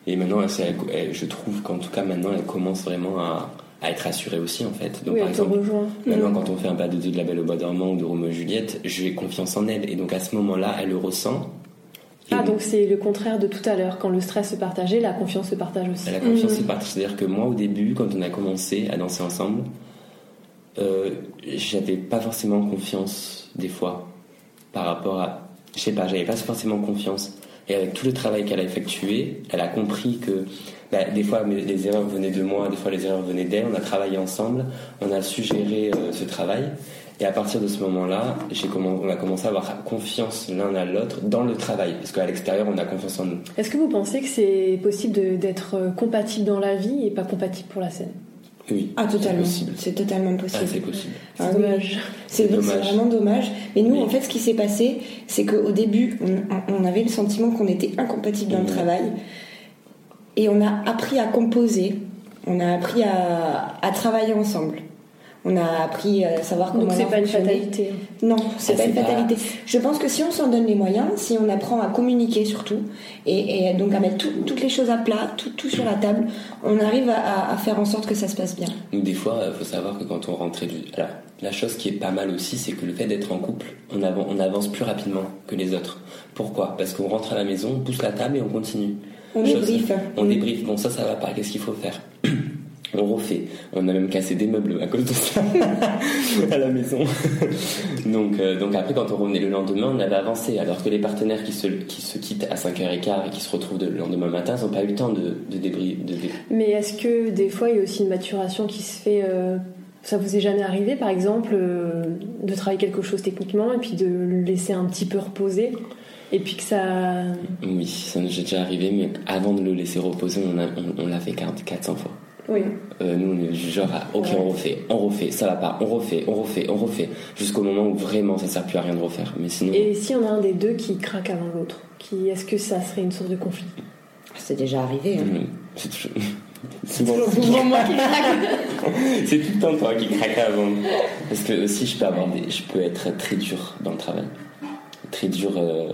Speaker 4: Et maintenant, elle, c'est- elle- je trouve qu'en tout cas, maintenant, elle commence vraiment à, à être assurée aussi, en fait. Donc
Speaker 2: Oui,
Speaker 4: par
Speaker 2: elle te Mm.
Speaker 4: exemple,
Speaker 2: rejoint.
Speaker 4: Maintenant, quand on fait un pas de deux de la Belle au bois dormant ou de Roméo et Juliette, j'ai confiance en elle. Et donc, à ce moment-là, elle le ressent. Et
Speaker 2: Ah donc c'est le contraire de tout à l'heure. Quand le stress se partageait, la confiance se partage aussi.
Speaker 4: La confiance
Speaker 3: Mm.
Speaker 4: c'est parti. C'est-à-dire que moi, au début, quand on a commencé à danser ensemble, euh, j'avais pas forcément confiance des fois par rapport à. Je sais pas, j'avais pas forcément confiance. Et avec tout le travail qu'elle a effectué, elle a compris que bah, des fois mes- les erreurs venaient de moi, des fois les erreurs venaient d'elle. On a travaillé ensemble, on a suggéré euh, ce travail. Et à partir de ce moment-là, j'ai commen- on a commencé à avoir confiance l'un à l'autre dans le travail. Parce qu'à l'extérieur, on a confiance en nous.
Speaker 2: Est-ce que vous pensez que c'est possible de- d'être euh, compatible dans la vie et pas compatible pour la scène
Speaker 4: Oui.
Speaker 3: Ah totalement.
Speaker 4: C'est possible.
Speaker 3: C'est totalement
Speaker 4: Ah,
Speaker 3: possible.
Speaker 4: c'est possible.
Speaker 2: C'est
Speaker 3: Ah oui.
Speaker 2: dommage.
Speaker 3: C'est
Speaker 4: C'est
Speaker 3: c'est
Speaker 4: dommage.
Speaker 3: vraiment dommage. Mais nous,
Speaker 4: Mais-
Speaker 3: en fait, ce qui s'est passé, c'est qu'au début, on, on avait le sentiment qu'on était incompatible dans le
Speaker 4: Mhm.
Speaker 3: travail. Et on a appris à composer. On a appris à, à travailler ensemble. On a appris à savoir comment
Speaker 2: Donc c'est
Speaker 3: on
Speaker 2: pas une
Speaker 3: fonctionnait.
Speaker 2: fatalité. hein.
Speaker 3: Non, c'est
Speaker 4: Ah,
Speaker 3: pas
Speaker 4: c'est
Speaker 3: une
Speaker 4: pas-
Speaker 3: fatalité. Je pense que si on s'en donne les moyens, si on apprend à communiquer surtout, et, et donc à mettre tout- toutes les choses à plat, tout, tout sur la table, on arrive à- à- à faire en sorte que ça se passe bien.
Speaker 4: Nous, des fois, il faut savoir que quand on rentrait du. Alors, la chose qui est pas mal aussi, c'est que le fait d'être en couple, on, avan- on avance plus rapidement que les autres. Pourquoi Parce qu'on rentre à la maison, on pousse la table et on continue.
Speaker 3: On
Speaker 4: Chose-
Speaker 3: débriefe.
Speaker 4: On
Speaker 3: Mm.
Speaker 4: débriefe. Bon, ça, ça va pas. Qu'est-ce qu'il faut faire On refait. On a même cassé des meubles à cause de ça à la maison. donc, euh, donc après, quand on revenait le lendemain, on avait avancé. Alors que les partenaires qui se, qui se quittent à 5h15 et qui se retrouvent de- le lendemain matin, ils n'ont pas eu le temps de, de débrie- de dé-
Speaker 2: Mais est-ce que des fois il y a aussi une maturation qui se fait euh, Ça vous est jamais arrivé par exemple euh, de travailler quelque chose techniquement et puis de le laisser un petit peu reposer et puis que ça.
Speaker 4: Oui, ça nous est déjà arrivé, mais avant de le laisser reposer, on, a- on- on l'a fait 40 400 fois.
Speaker 2: Oui.
Speaker 4: Euh, nous, on est du genre à, ok, on refait, on refait, ça va pas, on refait, on refait, on refait, jusqu'au moment où vraiment ça sert plus à rien de refaire. Mais sinon,
Speaker 2: Et si on a un des deux qui craque avant l'autre, qui est-ce que ça serait une source de conflit
Speaker 3: C'est déjà arrivé. hein.
Speaker 4: euh, c'est toujours. souvent- c'est tout le temps toi qui craque avant. Parce que aussi, je peux, avoir des- je peux être très dur dans le travail. Très dur. euh,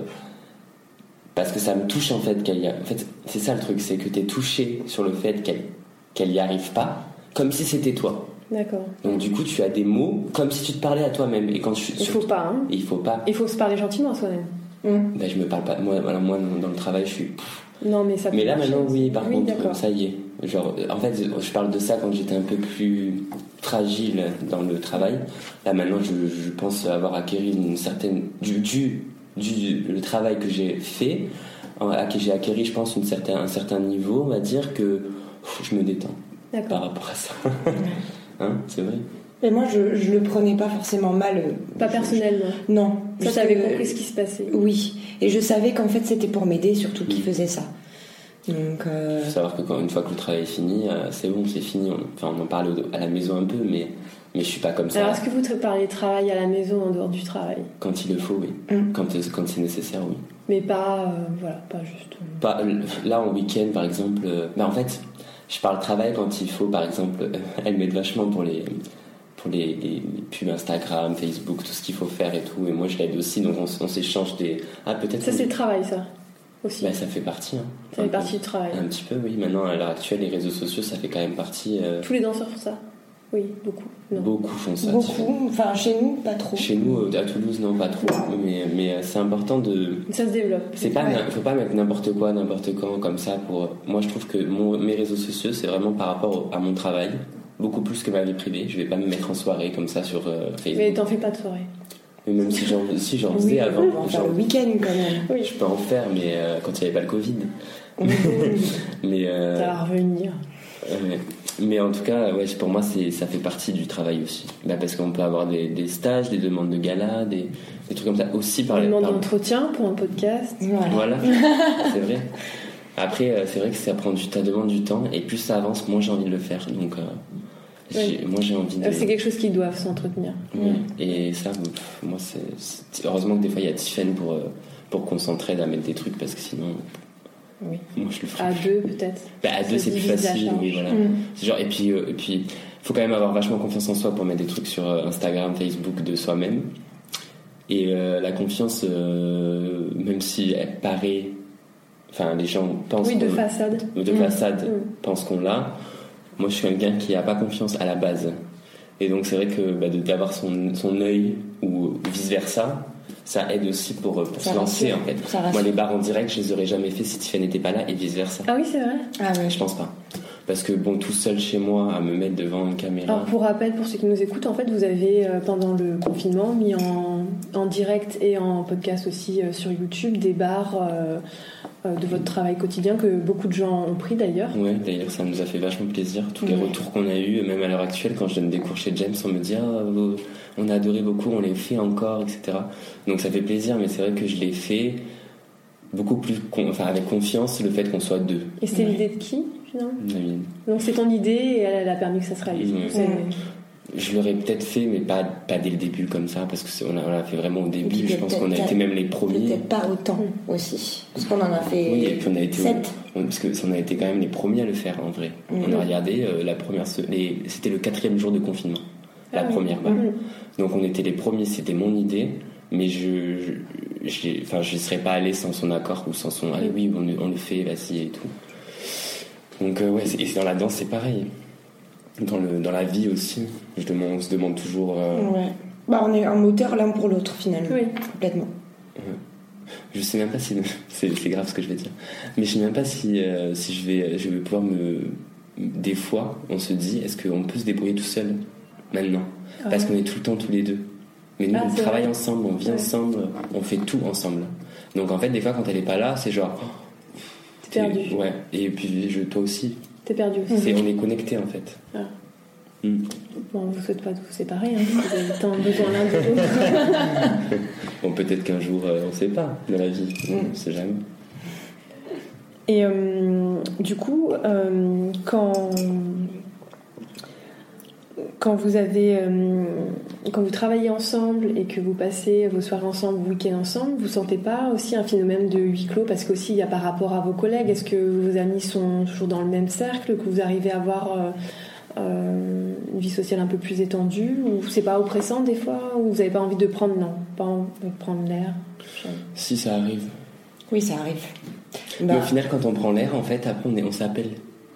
Speaker 4: parce que ça me touche en fait qu'elle y a... En fait, c'est ça le truc, c'est que t'es touché sur le fait qu'elle qu'elle y arrive pas, comme si c'était toi.
Speaker 2: D'accord.
Speaker 4: Donc du coup, tu as des mots comme si tu te parlais à toi-même. Et quand je suis
Speaker 2: Il faut pas. Hein
Speaker 4: il faut pas. Bah,
Speaker 2: il faut se parler gentiment à soi-même.
Speaker 3: Mm.
Speaker 4: Ben, je me parle pas. Moi, voilà, moi, dans le travail, je suis. pff,
Speaker 2: Non, mais ça.
Speaker 4: Mais là maintenant, oui, par
Speaker 2: Oui,
Speaker 4: contre, euh,
Speaker 2: d'accord.
Speaker 4: ça y est. Genre, en fait, je parle de ça quand j'étais un peu plus fragile dans le travail. Là maintenant, je, je pense avoir acquéri une certaine du du, du le travail que j'ai fait, en- à qui j'ai acquéri, je pense, une certaine, un certain niveau, on va dire que pff, je me détends par
Speaker 2: D'accord.
Speaker 4: rapport à ça. hein, c'est vrai.
Speaker 3: Mais moi, je, je le prenais pas forcément mal. euh,
Speaker 2: Pas personnellement.
Speaker 3: Non.
Speaker 2: Ça,
Speaker 3: Juste
Speaker 2: j'avais
Speaker 3: que-
Speaker 2: compris ce qui se passait.
Speaker 3: Oui. Et je savais qu'en fait, c'était pour m'aider, surtout qu'il
Speaker 4: Mm.
Speaker 3: faisait ça. Donc, euh,
Speaker 4: Faut savoir que quand une fois que le travail est fini, euh, c'est bon, c'est fini. On, enfin, on en parle au- à la maison un peu, mais mais je suis pas comme ça.
Speaker 2: Alors, est-ce que vous te parlez travail à la maison en dehors du travail
Speaker 4: Quand il le faut, oui.
Speaker 3: Mm.
Speaker 4: Quand euh, quand c'est nécessaire, oui.
Speaker 2: Mais pas, euh, voilà, pas juste. euh,
Speaker 4: Pas- là, en week-end, par exemple, euh, bah, en fait, je parle travail quand il faut, par exemple, euh, elle m'aide vachement pour les pour les, les- les pubs Instagram, Facebook, tout ce qu'il faut faire et tout. Et moi, je l'aide aussi, donc on, s- on s'échange des. Ah, peut-être.
Speaker 2: Ça, c'est le travail, ça. Aussi.
Speaker 4: Bah, ça fait partie. hein.
Speaker 2: ça fait partie du travail.
Speaker 4: Un Euh, petit peu, oui. Maintenant, à l'heure actuelle, les réseaux sociaux, ça fait quand même partie. euh,
Speaker 2: Tous les danseurs font ça Oui, beaucoup. Non.
Speaker 4: beaucoup font ça. tu vois.
Speaker 3: beaucoup. Enfin, chez nous, pas trop.
Speaker 4: Chez nous, euh, à Toulouse, non, pas trop. Mais, mais euh, c'est important de.
Speaker 2: Ça se développe.
Speaker 4: C'est pas,
Speaker 3: Ouais.
Speaker 4: faut pas mettre n'importe quoi, n'importe quand comme ça. Pour moi, je trouve que mon- mes réseaux sociaux, c'est vraiment par rapport au- à mon travail, beaucoup plus que ma vie privée. Je vais pas me mettre en soirée comme ça sur euh,
Speaker 2: Mais
Speaker 4: Facebook.
Speaker 2: t'en fais pas de soirée.
Speaker 4: Mais même si j'en si j'en
Speaker 3: Oui,
Speaker 4: faisais
Speaker 3: on
Speaker 4: avant,
Speaker 3: va faire
Speaker 4: j'en-
Speaker 3: le week-end quand même.
Speaker 2: Oui.
Speaker 4: je peux en faire, mais euh, quand il n'y avait pas le Covid. Mais euh,
Speaker 2: Ça va revenir.
Speaker 4: euh, mais en tout cas, ouais, pour moi, c'est ça fait partie du travail aussi. Bah, parce qu'on peut avoir des, des stages, des demandes de gala, des, des trucs comme ça aussi par
Speaker 2: On
Speaker 4: les.
Speaker 2: demande
Speaker 4: par-
Speaker 2: d'entretien pour un podcast.
Speaker 3: Voilà.
Speaker 4: Voilà, c'est vrai. Après, euh, c'est vrai que ça prend du tas demande du temps, et plus ça avance, moins j'ai envie de le faire. Donc, euh, j'ai- moi j'ai envie de.
Speaker 2: Euh, C'est quelque chose qu'ils doivent s'entretenir.
Speaker 4: Oui. Et ça, pff, moi, c'est c'est- heureusement que des fois il y a Tiffen pour euh, pour concentrer, à mettre des trucs, parce que sinon,
Speaker 2: Oui. Ah,
Speaker 4: moi je le ferai.
Speaker 2: À deux, peut-être.
Speaker 4: Bah, à deux,
Speaker 2: ça
Speaker 4: c'est plus
Speaker 2: divise la
Speaker 4: facile.
Speaker 2: charge.
Speaker 4: oui, voilà.
Speaker 3: Mm.
Speaker 4: C'est Genre, et puis, euh, et puis, faut quand même avoir vachement confiance en soi pour mettre des trucs sur euh, Instagram, Facebook de soi-même. Et euh, la confiance, euh, même si elle paraît, enfin, les gens pensent
Speaker 2: Oui, de
Speaker 4: qu'on-
Speaker 2: façade.
Speaker 4: de façade
Speaker 2: Mm.
Speaker 4: pense qu'on l'a. Moi, je suis quelqu'un qui n'a pas confiance à la base. Et donc, c'est vrai que bah, de- d'avoir son, son œil ou vice-versa, ça aide aussi pour, euh, pour
Speaker 3: Ça
Speaker 4: se lancer
Speaker 3: rassure.
Speaker 4: en fait.
Speaker 3: Ça rassure.
Speaker 4: Moi, les bars en direct, je les aurais jamais fait si Tiffany n'était pas là et vice-versa.
Speaker 2: Ah oui, c'est vrai.
Speaker 3: Ah ouais.
Speaker 4: Je pense pas. Parce que bon, tout seul chez moi, à me mettre devant une caméra.
Speaker 2: Alors pour rappel, pour ceux qui nous écoutent, en fait, vous avez euh, pendant le confinement mis en, en direct et en podcast aussi euh, sur YouTube des bars euh, euh, de votre travail quotidien que beaucoup de gens ont pris d'ailleurs.
Speaker 4: Ouais, d'ailleurs, ça nous a fait vachement plaisir. Tous les
Speaker 3: Oh. Ouais.
Speaker 4: retours qu'on a eus, même à l'heure actuelle, quand je donne des cours chez James, on me dit Ah, vous- on a adoré beaucoup, on les fait encore, etc. Donc ça fait plaisir, mais c'est vrai que je l'ai fait beaucoup plus, con- enfin, avec confiance, le fait qu'on soit deux.
Speaker 2: Et c'était
Speaker 3: Ouais.
Speaker 2: l'idée de qui finalement
Speaker 4: Amine.
Speaker 2: Donc c'est ton idée et elle, elle a permis que ça se réalise.
Speaker 4: Ouais.
Speaker 2: C'est-
Speaker 3: Ouais.
Speaker 4: Je l'aurais peut-être fait, mais pas, pas dès le début comme ça, parce que c'est- on l'a on l'a fait vraiment au
Speaker 3: puis,
Speaker 4: début.
Speaker 3: il y
Speaker 4: Je
Speaker 3: a
Speaker 4: pense qu'on a
Speaker 3: peut-être-
Speaker 4: été même les premiers.
Speaker 3: Peut-être pas autant
Speaker 2: Mm.
Speaker 3: aussi. Parce qu'on en a fait.
Speaker 4: Oui, et puis on a été.
Speaker 3: Sept.
Speaker 4: on- parce que on a été quand même les premiers à le faire en vrai. On
Speaker 3: Mhm.
Speaker 4: a regardé euh, la première. se- les- C'était le quatrième jour de confinement. La
Speaker 2: Ah oui.
Speaker 4: première, bah.
Speaker 2: Mhm.
Speaker 4: Donc on était les premiers, c'était mon idée, mais je je, j'ai- enfin, je serais pas allé sans son accord ou sans son allez oui on, le- on le fait vas-y et tout. Donc euh, ouais c'est- et dans la danse c'est pareil. Dans le dans la vie aussi, je demande, on se demande toujours. euh,
Speaker 3: Ouais. Bah, on est un moteur l'un pour l'autre finalement.
Speaker 2: Oui.
Speaker 3: Complètement.
Speaker 4: Je sais même pas si c'est c'est grave ce que je vais dire, mais je sais même pas si euh, si je vais je vais pouvoir me des fois on se dit est-ce qu'on peut se débrouiller tout seul maintenant parce qu'on est tout le temps tous les deux. Mais nous,
Speaker 2: Ah,
Speaker 4: on
Speaker 2: c'est
Speaker 4: travaille
Speaker 2: vrai.
Speaker 4: ensemble, on vit
Speaker 2: Ouais.
Speaker 4: ensemble, on fait tout ensemble. Donc en fait, des fois, quand elle est pas là, c'est genre. oh,
Speaker 2: T'es perdu.
Speaker 4: Ouais. Et puis je, toi aussi.
Speaker 2: T'es perdu aussi.
Speaker 4: C'est on est connectés en fait.
Speaker 2: Bon, on vous souhaite pas de vous séparer, hein, parce que vous avez tant besoin l'un de l'autre.
Speaker 4: Bon, peut-être qu'un jour, euh, on sait pas dans la vie.
Speaker 2: Mhm.
Speaker 3: Mm.
Speaker 4: On sait jamais.
Speaker 2: Et euh, du coup, euh, quand, quand vous avez, euh, quand vous travaillez ensemble et que vous passez vos soirées ensemble, vos week-ends ensemble, vous sentez pas aussi un phénomène de huis clos Parce qu'aussi, il y a par rapport à vos collègues, est-ce que vos amis sont toujours dans le même cercle, que vous arrivez à avoir euh, euh, une vie sociale un peu plus étendue Ou c'est pas oppressant des fois Ou vous avez pas envie de prendre, non, pas envie de prendre l'air
Speaker 4: Si ça arrive.
Speaker 3: Oui, ça arrive.
Speaker 4: Mais
Speaker 3: Bah,
Speaker 4: au final, quand on prend l'air, en fait, après, on est- on s'appelle.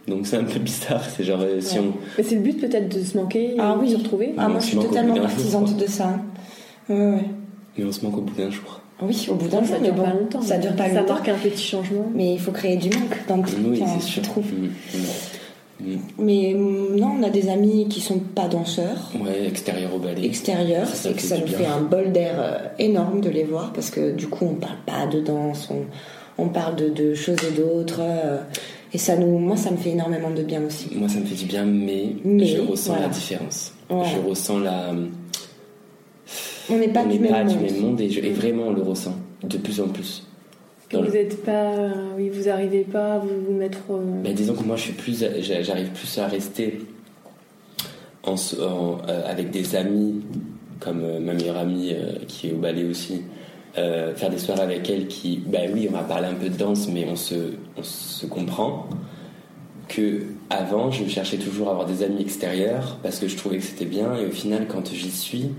Speaker 4: Donc c'est un peu bizarre. C'est genre, euh, si
Speaker 3: Ouais.
Speaker 4: on.
Speaker 2: Mais c'est le but peut-être de se manquer et
Speaker 3: Ah
Speaker 2: de
Speaker 3: oui.
Speaker 2: se retrouver
Speaker 3: ah,
Speaker 4: on
Speaker 3: moi
Speaker 4: se
Speaker 3: je suis
Speaker 4: manque au bout
Speaker 3: totalement
Speaker 4: d'un jour,
Speaker 3: partisane
Speaker 4: quoi.
Speaker 3: de ça. hein. Ouais, ouais.
Speaker 4: Mais on se manque au bout d'un jour.
Speaker 3: Oui, au bout d'un jour,
Speaker 2: ça
Speaker 3: mais
Speaker 2: dure
Speaker 3: bon,
Speaker 2: pas longtemps.
Speaker 3: Ça dure pas
Speaker 2: Ça
Speaker 3: longtemps.
Speaker 2: marque un petit changement.
Speaker 3: Mais il faut créer du manque dans le
Speaker 4: Oui,
Speaker 3: dans
Speaker 4: Ah, c'est
Speaker 3: ce
Speaker 4: sûr.
Speaker 3: trou.
Speaker 4: Mm, mm.
Speaker 3: Mais mm, non, on a des amis qui sont pas danseurs
Speaker 4: Ouais, extérieur au balai.
Speaker 3: extérieurs
Speaker 4: Ça, ça
Speaker 3: et que
Speaker 4: fait
Speaker 3: ça
Speaker 4: du
Speaker 3: nous
Speaker 4: bien.
Speaker 3: fait un bol d'air euh, énorme de les voir parce que du coup on parle pas de danse, on, on parle de, de choses et d'autres euh, et ça nous, moi ça me fait énormément de bien aussi.
Speaker 4: Moi, ça me fait du bien, mais,
Speaker 3: Mais,
Speaker 4: je ressens
Speaker 3: voilà.
Speaker 4: la différence.
Speaker 3: Voilà.
Speaker 4: Je ressens la.
Speaker 3: On n'est pas,
Speaker 4: on n'est
Speaker 3: du, même
Speaker 4: pas
Speaker 3: monde.
Speaker 4: du même monde et, je- et vraiment, on le ressent de plus en plus.
Speaker 2: Que
Speaker 4: Dans le-
Speaker 2: Vous êtes pas, euh, oui, vous arrivez pas à vous vous mettre. euh,
Speaker 4: Mais Bah, disons que moi, je suis plus, j'a- j'arrive plus à rester en, s- en- euh, avec des amis, comme euh, ma meilleure amie euh, qui est au ballet aussi, euh, faire des soirées avec elle qui, bah oui, on va parler un peu de danse, mais on se, on se comprend. Que avant, je cherchais toujours à avoir des amis extérieurs parce que je trouvais que c'était bien, et au final, quand j'y suis,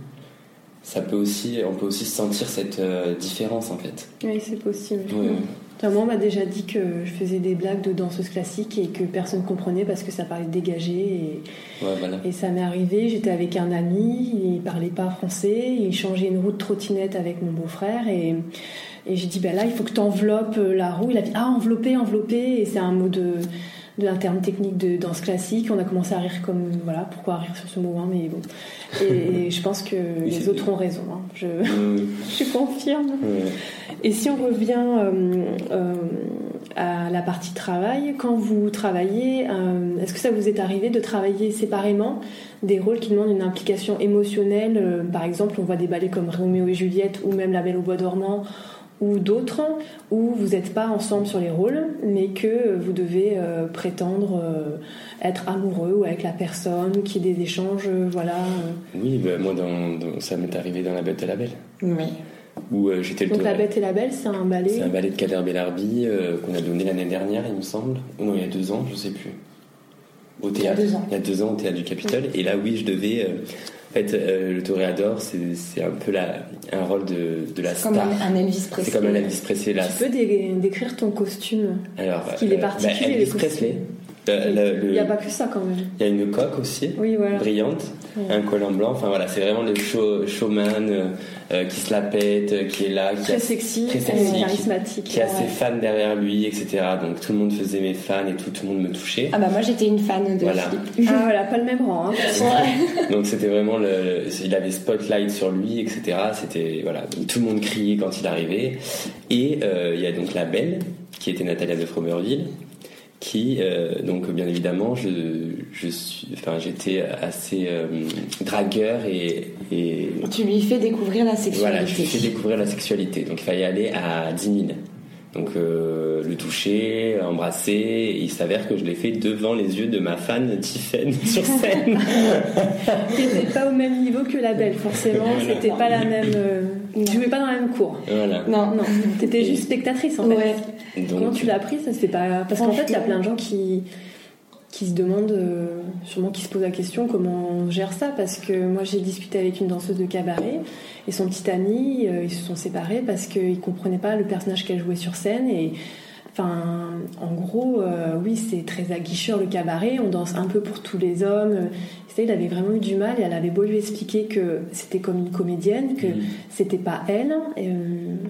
Speaker 4: ça peut aussi, on peut aussi sentir cette euh, différence en fait.
Speaker 2: Oui, c'est possible.
Speaker 4: Ouais, ouais.
Speaker 2: Enfin, moi, on m'a déjà dit que je faisais des blagues de danseuse classique et que personne comprenait parce que ça parlait dégagé.
Speaker 4: Ouais, voilà.
Speaker 2: Et, et ça m'est arrivé, j'étais avec un ami, il parlait pas français, il changeait une roue de trottinette avec mon beau-frère et, et j'ai dit, bah là, il faut que tu enveloppes la roue. Il a dit, ah, envelopper, envelopper. Et c'est un mot de, de un terme technique de danse classique. On a commencé à rire comme, voilà, pourquoi rire sur ce mot, hein, mais bon. Et, je pense que les
Speaker 4: c'est-
Speaker 2: autres ont raison. hein. Je,
Speaker 4: Ouais,
Speaker 2: je confirme.
Speaker 4: ouais.
Speaker 2: Et si on revient euh, euh, à la partie travail, quand vous travaillez, euh, est-ce que ça vous est arrivé de travailler séparément des rôles qui demandent une implication émotionnelle euh, Par exemple, on voit des ballets comme Roméo et Juliette ou même La Belle au Bois dormant ou d'autres où vous n'êtes pas ensemble sur les rôles, mais que vous devez euh, prétendre euh, être amoureux ou avec la personne, qu'il y ait des échanges, euh, voilà. euh.
Speaker 4: Oui, bah, moi, dans, dans- ça m'est arrivé dans La Bête de la Belle,
Speaker 3: Oui.
Speaker 4: où euh, j'étais le
Speaker 2: Donc La
Speaker 4: tourneur.
Speaker 2: Bête et la Belle, c'est un ballet.
Speaker 4: C'est un ballet de Kader Bellarbi euh, qu'on a donné l'année dernière, il me semble. Ou non, il y a deux ans, je sais plus. Au
Speaker 3: y a
Speaker 4: théâtre.
Speaker 3: deux ans.
Speaker 4: Il y a deux ans au théâtre du Capitole. Et là, oui, je devais. euh, en fait, euh, le toréador, c'est c'est un peu la, un rôle de, de la
Speaker 3: C'est comme
Speaker 4: star.
Speaker 3: un, un Elvis Presley.
Speaker 4: C'est comme un Elvis Presley. La...
Speaker 2: Tu peux dé- décrire ton costume
Speaker 4: Alors,
Speaker 2: Parce qu'il est particulier,
Speaker 4: bah,
Speaker 2: les
Speaker 4: Elvis
Speaker 2: costumes.
Speaker 4: Presley. Euh, le- le-
Speaker 2: Il n'y a pas que ça quand même.
Speaker 4: il y a une coque aussi.
Speaker 2: Oui, voilà.
Speaker 4: brillante,
Speaker 2: Ouais.
Speaker 4: un collant blanc. Enfin voilà, c'est vraiment le show, showman euh, euh, qui se la pète, euh, qui est là, qui
Speaker 2: Très
Speaker 4: a,
Speaker 2: sexy,
Speaker 4: très
Speaker 2: très
Speaker 4: sexy, qui-
Speaker 2: charismatique.
Speaker 4: qui a ses
Speaker 2: Ouais.
Speaker 4: fans derrière lui, etc. Donc tout le monde faisait mes fans et tout, tout le monde me touchait.
Speaker 3: Ah bah moi j'étais une fan de
Speaker 4: Voilà.
Speaker 3: Philippe.
Speaker 2: Ah voilà, pas le même rang. hein.
Speaker 4: Donc c'était vraiment le, il avait spotlight sur lui, etc. C'était voilà, tout le monde criait quand il arrivait. Et euh, il y a donc la belle qui était Natalia de Fromerville, qui euh, donc bien évidemment je, je suis, enfin j'étais assez euh, dragueur et, et
Speaker 3: Tu lui fais découvrir la
Speaker 4: Voilà,
Speaker 3: sexualité.
Speaker 4: je lui fais découvrir la sexualité. Donc il fallait aller à 10 000. Donc euh, le toucher, embrasser. Et il s'avère que je l'ai fait devant les yeux de ma fan Tiffen sur scène.
Speaker 2: T'étais pas au même niveau que la belle, forcément.
Speaker 4: Voilà.
Speaker 2: C'était pas la même. euh,
Speaker 3: Non.
Speaker 2: Tu jouais pas dans la même cour.
Speaker 4: voilà.
Speaker 3: Non,
Speaker 2: Non, t'étais juste spectatrice en fait.
Speaker 3: ouais.
Speaker 2: Comment
Speaker 4: Donc
Speaker 2: tu l'as pris Ça se fait pas. Parce qu'en fait, il y a plein de gens qui qui se demandent, euh, sûrement qui se posent la question comment on gère ça. Parce que moi, j'ai discuté avec une danseuse de cabaret et son petit ami, euh, ils se sont séparés parce qu'ils comprenaient pas le personnage qu'elle jouait sur scène et Enfin, en gros, euh, oui, c'est très aguicheur le cabaret, on danse un peu pour tous les hommes. euh, Et ça, il avait vraiment eu du mal et elle avait beau lui expliquer que c'était comme une comédienne, que
Speaker 4: Mhm.
Speaker 2: c'était pas elle, et, euh,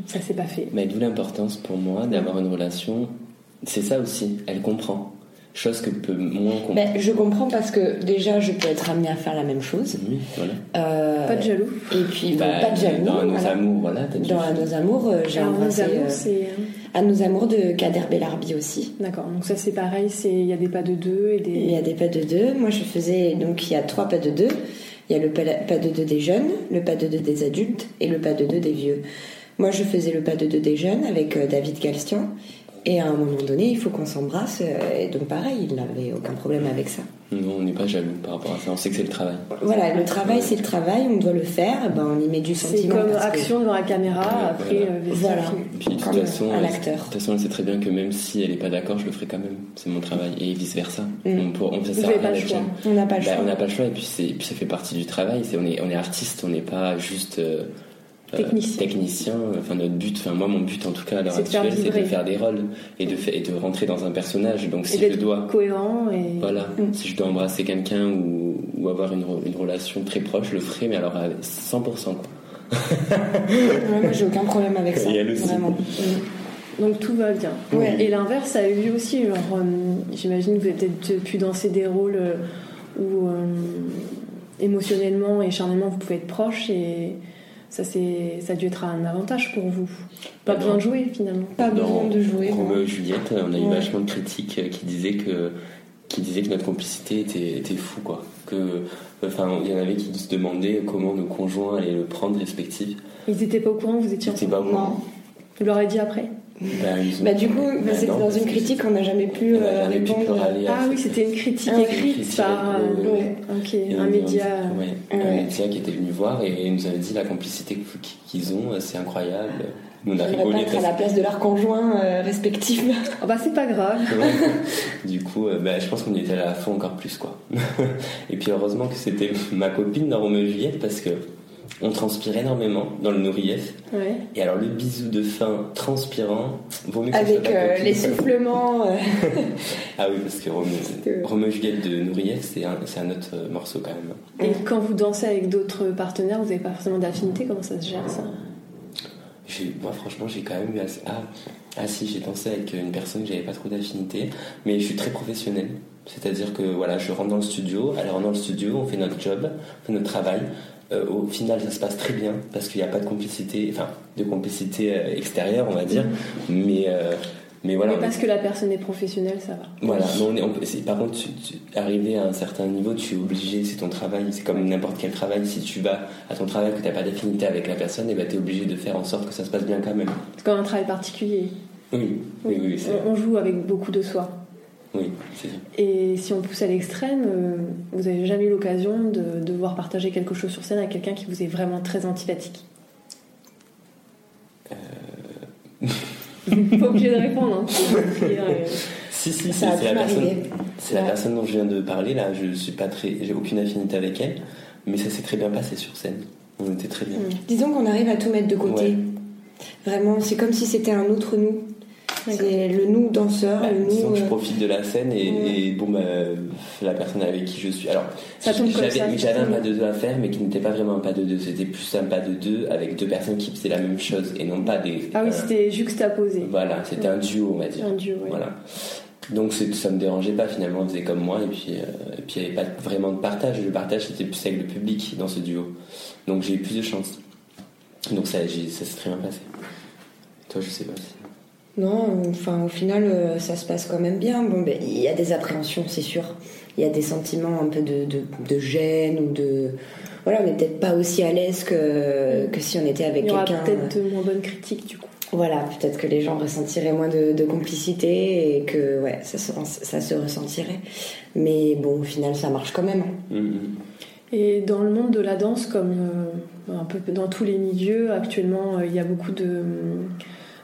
Speaker 2: ça s'est pas fait.
Speaker 4: Mais d'où l'importance pour moi d'avoir une relation. C'est ça aussi, elle comprend. Chose que peut moins comprendre.
Speaker 3: Ben, je comprends parce que déjà je peux être amenée à faire la même chose.
Speaker 4: Oui, voilà.
Speaker 3: Euh,
Speaker 2: Pas de jaloux.
Speaker 3: Et puis bon,
Speaker 4: Bah,
Speaker 3: Bah, pas de jaloux.
Speaker 4: Dans nos
Speaker 3: voilà.
Speaker 4: amours, voilà. t'as dit.
Speaker 3: Dans À nos amours, euh, j'ai
Speaker 2: Alors, nos
Speaker 3: embrassé
Speaker 2: amours,
Speaker 3: euh,
Speaker 2: c'est. hein.
Speaker 3: À nos amours de Kader Bellarbi aussi.
Speaker 2: D'accord, donc ça c'est pareil, c'est- il y a des pas de deux et
Speaker 3: Il y
Speaker 2: des.
Speaker 3: a des pas de deux. Moi, je faisais donc il y a trois pas de deux. Il y a le pa- pas de deux des jeunes, le pas de deux des adultes et le pas de deux des vieux. Moi, je faisais le pas de deux des jeunes avec euh, David Galstian. Et à un moment donné, il faut qu'on s'embrasse. euh, Et donc, pareil, il n'avait aucun problème avec ça.
Speaker 4: Non, on n'est pas jaloux par rapport à ça. On sait que c'est le travail.
Speaker 3: Voilà, le travail, c'est le travail. On doit le faire. Ben, on y met du
Speaker 2: C'est
Speaker 3: sentiment.
Speaker 2: comme
Speaker 3: parce que-
Speaker 2: action devant la
Speaker 4: Ouais,
Speaker 2: caméra, après
Speaker 4: voilà.
Speaker 2: euh, vestiaire,
Speaker 3: Voilà.
Speaker 2: film.
Speaker 4: Puis de toute
Speaker 3: Comme
Speaker 4: façon,
Speaker 3: à
Speaker 4: elle-
Speaker 3: l'acteur.
Speaker 4: de toute façon, elle sait très bien que même si elle n'est pas d'accord, je le ferai quand même. C'est mon travail et vice versa.
Speaker 3: Mm.
Speaker 4: On pour- on- ça
Speaker 2: Vous
Speaker 4: sert à
Speaker 2: avez
Speaker 4: rien
Speaker 2: pas le
Speaker 4: d'être
Speaker 2: choix.
Speaker 4: jaloux.
Speaker 3: On n'a pas le
Speaker 4: Bah,
Speaker 3: choix.
Speaker 4: on n'a pas le choix et puis, c'est- et puis ça fait partie du travail. C'est- on, est, on est artiste, on n'est pas juste euh, euh,
Speaker 2: Technicien.
Speaker 4: technicien. Enfin, notre but, enfin, moi, mon but en tout cas à l'heure
Speaker 2: C'est de faire
Speaker 4: actuelle, c'est de
Speaker 2: vibrer.
Speaker 4: faire des rôles et de, fa- et de rentrer dans un personnage. Donc
Speaker 2: Et
Speaker 4: si je
Speaker 2: d'être Mm.
Speaker 4: dois,
Speaker 2: cohérent et.
Speaker 4: voilà, si je dois embrasser quelqu'un ou, ou avoir une, re- une relation très proche, je le ferai, mais alors à 100%. quoi.
Speaker 3: Ouais, moi, j'ai aucun problème avec ça.
Speaker 4: Et elle aussi.
Speaker 3: Vraiment.
Speaker 2: Donc tout va bien.
Speaker 3: Ouais.
Speaker 2: Et l'inverse, ça a eu lieu aussi. genre, euh, J'imagine que vous avez peut-être pu danser des rôles euh, où euh, émotionnellement et charnellement vous pouvez être proche et ça, c'est, ça a dû être un avantage pour vous. Pas
Speaker 4: Ah
Speaker 2: besoin
Speaker 4: non.
Speaker 2: de jouer finalement.
Speaker 3: Pas
Speaker 4: Dans
Speaker 3: besoin de jouer. non.
Speaker 4: Roméo et Juliette, on a eu
Speaker 3: Ouais.
Speaker 4: vachement de critiques euh, qui disaient que, qui disaient que notre complicité était, était fou, quoi. Que, enfin, il y en avait qui se demandaient comment nos conjoints allaient le prendre respectif.
Speaker 2: Ils n'étaient pas au courant, que vous étiez
Speaker 4: C'était
Speaker 2: ensemble.
Speaker 4: pas bon.
Speaker 3: Non.
Speaker 2: Vous leur avez dit après
Speaker 4: Bah, ils ont-
Speaker 3: Bah, du coup, bah,
Speaker 4: Bah,
Speaker 3: c'était
Speaker 4: non,
Speaker 3: dans
Speaker 4: parce
Speaker 3: une
Speaker 4: que-
Speaker 3: critique, on n'a jamais pu
Speaker 4: On n'a
Speaker 3: euh,
Speaker 4: jamais pu
Speaker 3: répondre.
Speaker 4: pleurer. Et
Speaker 2: Ah
Speaker 4: après-
Speaker 2: oui, c'était une critique
Speaker 3: Ah oui.
Speaker 2: écrite
Speaker 4: Critique,
Speaker 2: par
Speaker 4: ouais,
Speaker 2: euh,
Speaker 4: ouais.
Speaker 2: ok,
Speaker 4: il y en
Speaker 2: un
Speaker 4: avait
Speaker 2: média.
Speaker 4: ouais, un
Speaker 3: Ouais.
Speaker 4: média qui était venu voir et nous avait dit la complicité qu'ils ont, euh, c'est incroyable. Nous, on a
Speaker 3: J'aimerais pas
Speaker 4: rigolé
Speaker 3: être à
Speaker 4: parce
Speaker 3: la place de leurs conjoints euh, respectifs.
Speaker 2: Ah bah c'est pas grave.
Speaker 4: Ouais. du coup, euh, bah, je pense qu'on était à la fin encore plus, quoi. et puis heureusement que c'était ma copine dans Roméo et Juliette parce que on transpirait énormément dans le nourrief.
Speaker 2: Ouais.
Speaker 4: Et alors le bisou de fin transpirant, vaut mieux que ce soit
Speaker 3: Avec
Speaker 4: ta
Speaker 3: euh,
Speaker 4: copine.
Speaker 3: les soufflements. euh,
Speaker 4: Ah oui, parce que Roméo- Roméo et Juliette de Nourrief, c'est un, c'est un autre euh, morceau quand même.
Speaker 2: Et quand vous dansez avec d'autres partenaires, vous n'avez pas forcément d'affinité, comment ça se gère ça
Speaker 4: J'ai- Moi, franchement, j'ai quand même eu assez. Ah, ah si, j'ai dansé avec une personne que j'avais pas trop d'affinité, mais je suis très professionnel. C'est-à-dire que voilà, je rentre dans le studio, elle rentre dans le studio, on fait notre job, on fait notre travail. Euh, au final, ça se passe très bien parce qu'il n'y a pas de complicité, enfin, de complicité euh, extérieure, on va dire. Mais, euh, mais voilà.
Speaker 2: Mais
Speaker 4: on est-
Speaker 2: parce que la personne est professionnelle, ça va.
Speaker 4: Voilà, mais on est, on peut- c'est- par contre, tu, tu- arrivé à un certain niveau, tu es obligé, c'est ton travail, c'est comme n'importe quel travail. Si tu vas à ton travail que tu n'as pas d'affinité avec la personne, et ben, tu es obligé de faire en sorte que ça se passe bien quand même.
Speaker 2: C'est quand même un travail particulier.
Speaker 4: Oui, oui, oui, c'est
Speaker 2: On, on joue avec beaucoup de soi.
Speaker 4: oui, c'est-
Speaker 2: Et si on pousse à l'extrême, euh, vous n'avez jamais eu l'occasion de de devoir partager quelque chose sur scène avec quelqu'un qui vous est vraiment très antipathique. Pas obligé de répondre. hein. C'est-
Speaker 4: Si, si, si,
Speaker 3: ça a
Speaker 4: c'est
Speaker 3: pu
Speaker 4: la, personne,
Speaker 3: m'arriver.
Speaker 4: c'est la
Speaker 3: Ouais.
Speaker 4: personne dont je viens de parler, là, je suis pas très. J'ai aucune affinité avec elle, mais ça s'est très bien passé sur scène. On était très bien.
Speaker 2: Mm.
Speaker 3: Disons qu'on arrive à tout mettre de côté.
Speaker 4: Ouais.
Speaker 3: Vraiment, c'est comme si c'était un autre nous.
Speaker 2: D'accord.
Speaker 3: C'est le nous danseur,
Speaker 4: Bah,
Speaker 3: le
Speaker 4: disons
Speaker 3: nous.
Speaker 4: que je
Speaker 3: euh,
Speaker 4: profite de la scène et,
Speaker 3: ouais.
Speaker 4: et bon, bah, la personne avec qui je suis. Alors,
Speaker 2: Ça tombe comme
Speaker 4: j'avais,
Speaker 2: ça,
Speaker 4: mais j'avais un
Speaker 2: justement.
Speaker 4: pas de deux à faire, mais qui n'était pas vraiment un pas de deux. C'était plus un pas de deux avec deux personnes qui faisaient la même chose et non pas des.
Speaker 2: Ah oui,
Speaker 4: un-
Speaker 2: c'était juxtaposé.
Speaker 4: Voilà, c'était un duo, on va dire.
Speaker 2: Un duo, ouais.
Speaker 4: Voilà. Donc c'est- ça me dérangeait pas finalement, on faisait comme moi et puis euh, et puis il n'y avait pas vraiment de partage. Le partage c'était plus avec le public dans ce duo. Donc j'ai eu plus de chance. Donc ça, j'ai- ça s'est très bien passé. Toi je sais pas. si-
Speaker 3: Non, enfin, au final, euh, ça se passe quand même bien. Bon, ben, il y a des appréhensions, c'est sûr. Il y a des sentiments un peu de, de, de gêne ou de. Voilà, on n'est peut-être pas aussi à l'aise que, que si on était avec
Speaker 2: Il y aura
Speaker 3: quelqu'un. euh,
Speaker 2: peut-être de moins bonnes critiques du coup.
Speaker 3: Voilà, peut-être que les gens ressentiraient moins de, de complicité et que, ouais, ça se, ça se ressentirait. Mais bon, au final, ça marche quand même.
Speaker 4: Mhm.
Speaker 2: Et dans le monde de la danse, comme euh, un peu dans tous les milieux, actuellement, euh, il y a beaucoup de,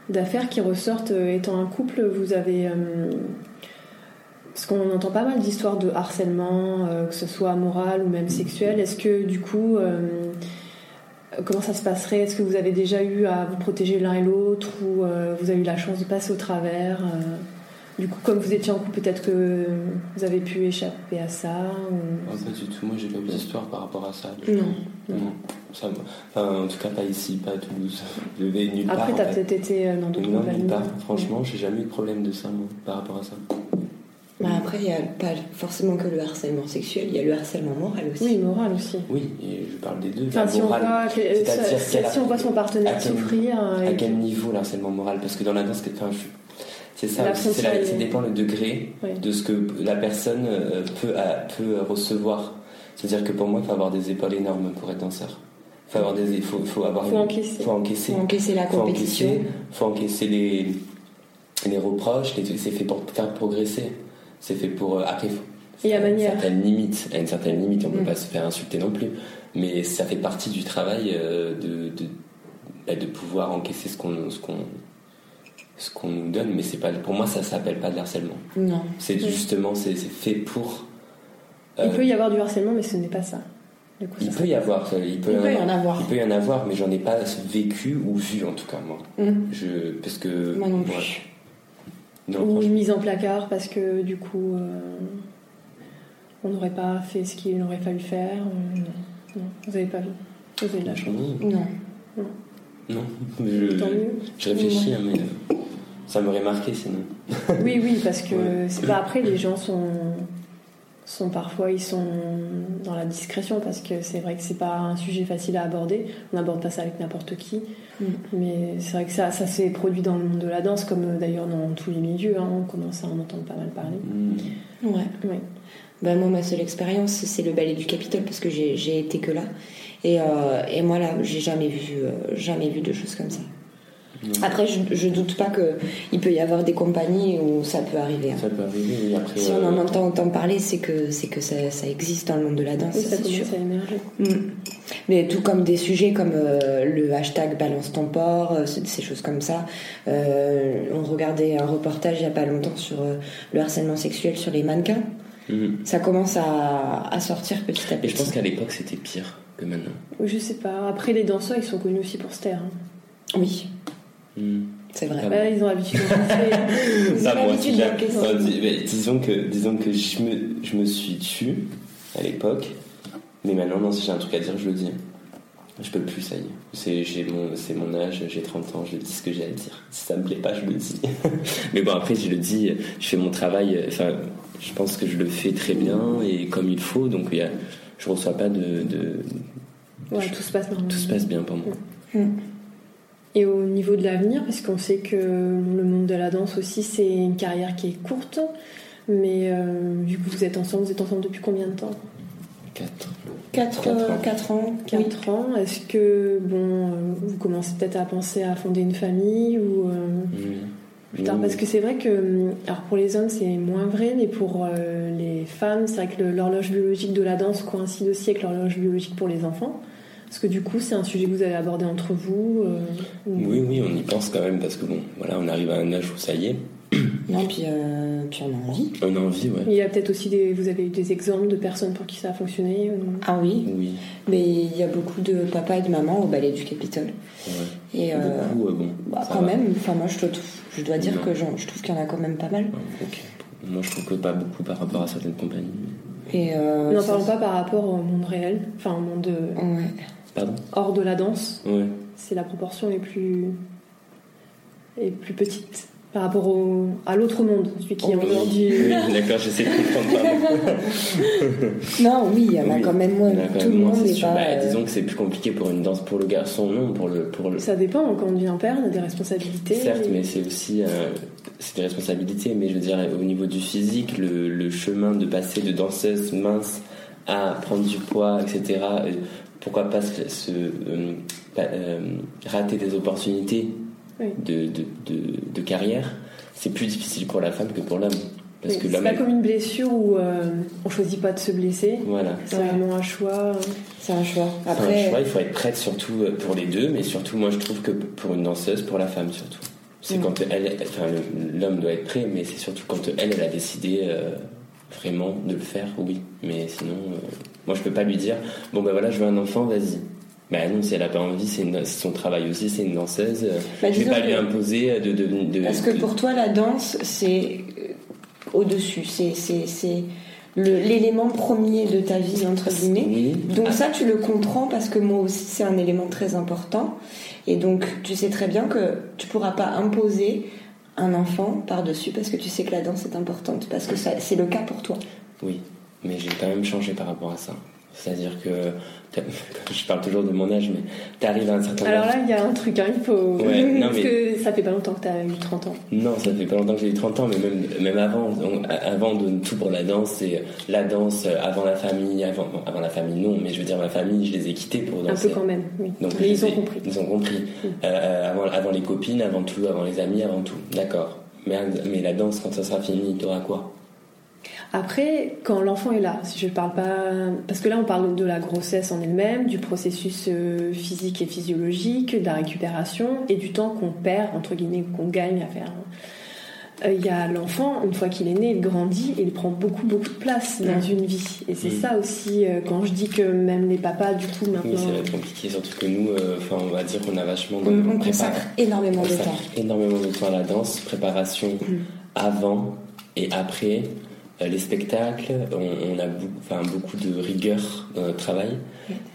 Speaker 2: d'affaires qui ressortent. Euh, Étant un couple, vous avez. euh, parce qu'on entend pas mal d'histoires de harcèlement, euh, que ce soit moral ou même sexuel. Est-ce que du coup. euh, Comment ça se passerait Est-ce que vous avez déjà eu à vous protéger l'un et l'autre ou euh, vous avez eu la chance de passer au travers euh, Du coup, comme vous étiez en couple, peut-être que vous avez pu échapper à ça ou-
Speaker 4: Oh, pas du tout, moi j'ai pas eu d'histoire par rapport à ça.
Speaker 2: Mm.
Speaker 3: Non.
Speaker 4: Non. Ça me- enfin, en tout cas pas ici, pas à Toulouse. Je vais nulle part.
Speaker 2: Après,
Speaker 4: en
Speaker 2: t'as
Speaker 4: fait.
Speaker 2: peut-être été euh, dans d'autres
Speaker 4: Non, nulle
Speaker 2: compagnies.
Speaker 4: part. Franchement, j'ai jamais eu de problème de ça moi, par rapport à ça.
Speaker 3: Bah, après, il n'y a pas forcément que le harcèlement sexuel, il y a le harcèlement moral aussi.
Speaker 2: Oui, moral aussi.
Speaker 4: Oui, et je parle des deux.
Speaker 2: Enfin,
Speaker 4: la
Speaker 2: si on,
Speaker 4: morale.
Speaker 2: voit, que- euh,
Speaker 4: C'est-à-dire
Speaker 2: si-
Speaker 4: qu'elle a-
Speaker 2: si on voit son
Speaker 4: à
Speaker 2: partenaire
Speaker 4: quel-
Speaker 2: souffrir, euh,
Speaker 4: À
Speaker 2: et-
Speaker 4: quel niveau le harcèlement moral Parce que dans la danse, que- enfin, je- c'est ça,
Speaker 2: La
Speaker 4: aussi, c'est
Speaker 2: frontière
Speaker 4: la-
Speaker 2: est-
Speaker 4: ça dépend le degré
Speaker 2: Ouais.
Speaker 4: de ce que la personne euh, peut, à- peut recevoir. C'est-à-dire que pour moi, il faut avoir des épaules énormes pour être danseur. Il faut avoir des, il faut, faut avoir,
Speaker 2: Faut encaisser.
Speaker 4: faut encaisser,
Speaker 3: Faut encaisser la
Speaker 4: Faut
Speaker 3: compétition.
Speaker 4: encaisser, faut encaisser les, les reproches. les- c'est fait pour te faire progresser. C'est fait pour euh, après. faut-
Speaker 2: Et à
Speaker 4: à une
Speaker 2: manière.
Speaker 4: certaine limite, à une certaine limite, on ne peut
Speaker 3: Mm.
Speaker 4: pas se faire insulter non plus. Mais ça fait partie du travail euh, de, de, bah, de pouvoir encaisser ce qu'on ce qu'on ce qu'on nous donne. Mais c'est pas pour moi ça s'appelle pas de harcèlement.
Speaker 3: Non.
Speaker 4: C'est
Speaker 2: Oui.
Speaker 4: justement c'est c'est fait pour.
Speaker 2: il
Speaker 4: euh,
Speaker 2: peut y avoir du harcèlement, mais ce n'est pas ça. Du coup,
Speaker 4: il
Speaker 2: ça-
Speaker 4: peut y avoir, euh, il peut,
Speaker 3: Il peut y en avoir.
Speaker 4: il peut y en avoir, mais j'en ai pas vécu ou vu en tout cas moi.
Speaker 3: Hum.
Speaker 4: Je parce que
Speaker 3: Moi non plus.
Speaker 4: ouais. Non,
Speaker 2: Ou
Speaker 4: franchement,
Speaker 2: une mise en placard parce que du coup, euh, on n'aurait euh, pas fait ce qu'il aurait fallu faire. ou- non. Non, vous n'avez pas vu. Vous avez de la chance.
Speaker 4: franchement,
Speaker 3: Non.
Speaker 4: Non, mais je,
Speaker 2: Tant mieux.
Speaker 4: je réfléchis, hein, mais euh, ça m'aurait marqué sinon.
Speaker 2: Oui, oui, parce que
Speaker 4: Ouais.
Speaker 2: c'est pas après, les gens sont, sont parfois ils sont dans la discrétion parce que c'est vrai que c'est pas un sujet facile à aborder. On n'aborde pas ça avec n'importe qui,
Speaker 1: Mm.
Speaker 2: mais c'est vrai que ça, ça s'est produit dans le monde de la danse, comme euh, d'ailleurs dans tous les milieux. hein, on commence à en entendre pas mal parler.
Speaker 4: Mm.
Speaker 3: Ouais.
Speaker 2: Ouais.
Speaker 3: Bah, moi, ma seule expérience, c'est le ballet du Capitole parce que j'ai j'ai été que là. Et, euh, et moi, là, j'ai jamais vu, euh, jamais vu de choses comme ça. Après, je, je doute pas que il peut y avoir des compagnies où ça peut arriver. hein.
Speaker 4: Ça peut arriver, oui, après.
Speaker 3: Si
Speaker 4: euh,
Speaker 3: on en entend autant parler, c'est que, c'est que ça, ça existe dans le monde de la danse,
Speaker 2: Oui,
Speaker 3: ça,
Speaker 2: ça
Speaker 3: c'est sûr.
Speaker 2: commence à émerger.
Speaker 3: Mm. Mais tout comme des sujets comme euh, le hashtag balance ton port, euh, ce- ces choses comme ça. Euh, on regardait un reportage il n'y a pas longtemps sur euh, le harcèlement sexuel sur les mannequins.
Speaker 4: mm.
Speaker 3: Ça commence à, à sortir petit à
Speaker 4: Et
Speaker 3: petit.
Speaker 4: je pense qu'à l'époque c'était pire que maintenant.
Speaker 2: Je sais pas. Après, les danseurs, ils sont connus aussi pour se taire. hein.
Speaker 3: Oui,
Speaker 4: Mm.
Speaker 3: c'est vrai.
Speaker 4: Ah
Speaker 2: Bah, ils ont l'habitude de danser.
Speaker 4: Ça,
Speaker 3: C'est
Speaker 4: moi,
Speaker 3: l'habitude
Speaker 4: déjà.
Speaker 3: de la
Speaker 2: hein.
Speaker 3: question.
Speaker 4: Non, dis- mais disons que, disons que je, me, je me suis tue à l'époque, mais maintenant, non, si j'ai un truc à dire, je le dis. Je peux plus, ça y est. C'est j'ai mon, c'est mon âge, j'ai 30 ans, je dis ce que j'ai à dire. Si ça me plaît pas, je le dis. mais bon, après, je le dis, je fais mon travail, euh, enfin, je pense que je le fais très bien et comme il faut, donc il y a, je reçois pas de. de-
Speaker 2: Ouais, tout se passe normalement.
Speaker 4: Tout se passe bien pour moi.
Speaker 2: Et au niveau de l'avenir, parce qu'on sait que le monde de la danse aussi, c'est une carrière qui est courte, mais euh, vu que vous êtes ensemble, vous êtes ensemble depuis combien de temps
Speaker 4: 4.
Speaker 3: 4,
Speaker 4: Quatre ans.
Speaker 3: euh, ans. oui.
Speaker 2: Quatre ans. Est-ce que, bon, euh, vous commencez peut-être à penser à fonder une famille ou euh, plus tard Parce que c'est vrai que, alors pour les hommes, c'est moins vrai, mais pour euh, les femmes, c'est vrai que le- l'horloge biologique de la danse coïncide aussi avec l'horloge biologique pour les enfants. Parce que du coup, c'est un sujet que vous avez abordé entre vous. euh, ou-
Speaker 4: Oui, oui, on y pense quand même parce que bon, voilà, on arrive à un âge où ça y est.
Speaker 3: Non, puis, euh, puis on a envie.
Speaker 4: On a envie, ouais.
Speaker 2: Il y a peut-être aussi des, vous avez eu des exemples de personnes pour qui ça a fonctionné. ou-
Speaker 3: Ah oui,
Speaker 4: Oui.
Speaker 3: mais il y a beaucoup de papa et de maman au ballet du Capitole.
Speaker 4: ouais.
Speaker 3: Et euh,
Speaker 4: Beaucoup, euh, bon.
Speaker 3: bah,
Speaker 4: ça
Speaker 3: quand
Speaker 4: va.
Speaker 3: même, enfin moi je, te trouve- je dois dire
Speaker 4: Non.
Speaker 3: que j'en- je trouve qu'il y en a quand même pas mal.
Speaker 4: Ouais, ok. Moi, je trouve que pas beaucoup par rapport à certaines compagnies.
Speaker 3: Et euh,
Speaker 2: N'en
Speaker 3: ça-
Speaker 2: parlons pas par rapport au monde réel, enfin au monde euh,
Speaker 3: Ouais.
Speaker 4: Pardon
Speaker 2: hors de la danse.
Speaker 4: Ouais.
Speaker 2: C'est la proportion est plus, est plus petite par rapport au, à l'autre monde, celui qui est en
Speaker 4: Oui.
Speaker 2: dehors du.
Speaker 4: Oui, d'accord, j'essaie de comprendre. pardon.
Speaker 3: Non, oui, il y en a
Speaker 4: Oui.
Speaker 3: quand même moins.
Speaker 4: Il y en a quand
Speaker 3: Tout le
Speaker 4: même moins,
Speaker 3: monde
Speaker 4: c'est
Speaker 3: n'est
Speaker 4: sûr.
Speaker 3: pas.
Speaker 4: Bah,
Speaker 3: euh,
Speaker 4: Disons que c'est plus compliqué pour une danse pour le garçon, non, pour le. Pour le...
Speaker 2: Ça dépend, quand on devient père, on a des responsabilités.
Speaker 4: Certes, mais c'est aussi. euh, c'est des responsabilités, mais je veux dire, au niveau du physique, le, le chemin de passer de danseuse mince à prendre du poids, etc. euh, Pourquoi pas se, se, euh, pas, euh, rater des opportunités
Speaker 2: Oui.
Speaker 4: de, de, de- de carrière C'est plus difficile pour la femme que pour l'homme. Parce
Speaker 2: Oui,
Speaker 4: que
Speaker 2: c'est
Speaker 4: l'homme.
Speaker 2: pas comme une blessure où euh, on choisit pas de se blesser.
Speaker 4: Voilà.
Speaker 2: C'est
Speaker 3: Ouais.
Speaker 2: vraiment un choix.
Speaker 3: euh, C'est un choix.
Speaker 4: Après,
Speaker 3: Après,
Speaker 4: choix, il faut être prête surtout euh, pour les deux, mais surtout, moi, je trouve que pour une danseuse, pour la femme surtout. C'est
Speaker 3: Mm.
Speaker 4: quand elle, enfin, le- l'homme doit être prêt, mais c'est surtout quand elle, elle a décidé euh, vraiment de le faire, oui. Mais sinon, euh, moi, je peux pas lui dire, bon ben voilà, je veux un enfant, vas-y. Bah non, si elle a pas envie, c'est une- c'est son travail aussi, c'est une danseuse. euh,
Speaker 3: bah,
Speaker 4: je vais
Speaker 3: disons
Speaker 4: pas
Speaker 3: que-
Speaker 4: lui imposer euh, de. de, de-
Speaker 3: parce que
Speaker 4: de-
Speaker 3: pour toi, la danse, c'est euh, au-dessus. C'est c'est- c'est le- l'élément premier de ta vie, entre guillemets.
Speaker 4: Oui.
Speaker 3: Donc ça, tu le comprends parce que moi aussi, c'est un élément très important. Et donc, tu sais très bien que tu pourras pas imposer un enfant par-dessus parce que tu sais que la danse est importante, parce que ça- c'est le cas pour toi.
Speaker 4: Oui, mais j'ai quand même changé par rapport à ça. C'est-à-dire que. t'as- Je parle toujours de mon âge, mais t'arrives à un certain
Speaker 2: Alors
Speaker 4: âge.
Speaker 2: là, il y a un truc, hein, il faut.
Speaker 4: Ouais, non,
Speaker 2: Parce
Speaker 4: mais-
Speaker 2: que ça fait pas longtemps que t'as eu 30 ans.
Speaker 4: Non, ça fait pas longtemps que j'ai eu 30 ans, mais même, même avant, on- a- avant de tout pour la danse, c'est la danse euh, avant la famille, avant, bon, avant la famille non, mais je veux dire ma famille, je les ai quittés pour
Speaker 2: Un
Speaker 4: danser.
Speaker 2: peu quand même, oui.
Speaker 4: Donc, je
Speaker 2: mais
Speaker 4: les
Speaker 2: ils ont
Speaker 4: ai-
Speaker 2: compris.
Speaker 4: Ils ont compris.
Speaker 2: Mm.
Speaker 4: Euh, euh, avant, avant les copines, avant tout, avant les amis, avant tout. D'accord. Mais, mais la danse, quand ça sera fini, t'auras quoi
Speaker 2: Après, quand l'enfant est là, si je parle pas, parce que là on parle de la grossesse en elle-même, du processus euh, physique et physiologique, de la récupération et du temps qu'on perd entre guillemets ou qu'on gagne à faire. Euh, Il y a l'enfant, une fois qu'il est né, il grandit et il prend beaucoup beaucoup de place dans une vie. Et c'est
Speaker 4: Mm.
Speaker 2: ça aussi euh, quand je dis que même les papas du coup
Speaker 4: Oui, ça
Speaker 2: maintenant.
Speaker 4: va être compliqué, surtout que nous, euh, enfin, on va dire qu'on a vachement de
Speaker 3: On
Speaker 4: préparation.
Speaker 3: consacre énormément de
Speaker 4: Ça
Speaker 3: temps.
Speaker 4: prend énormément de temps à la danse, préparation avant et après. euh, les spectacles, on, on a beaucoup, enfin, beaucoup de rigueur dans notre travail.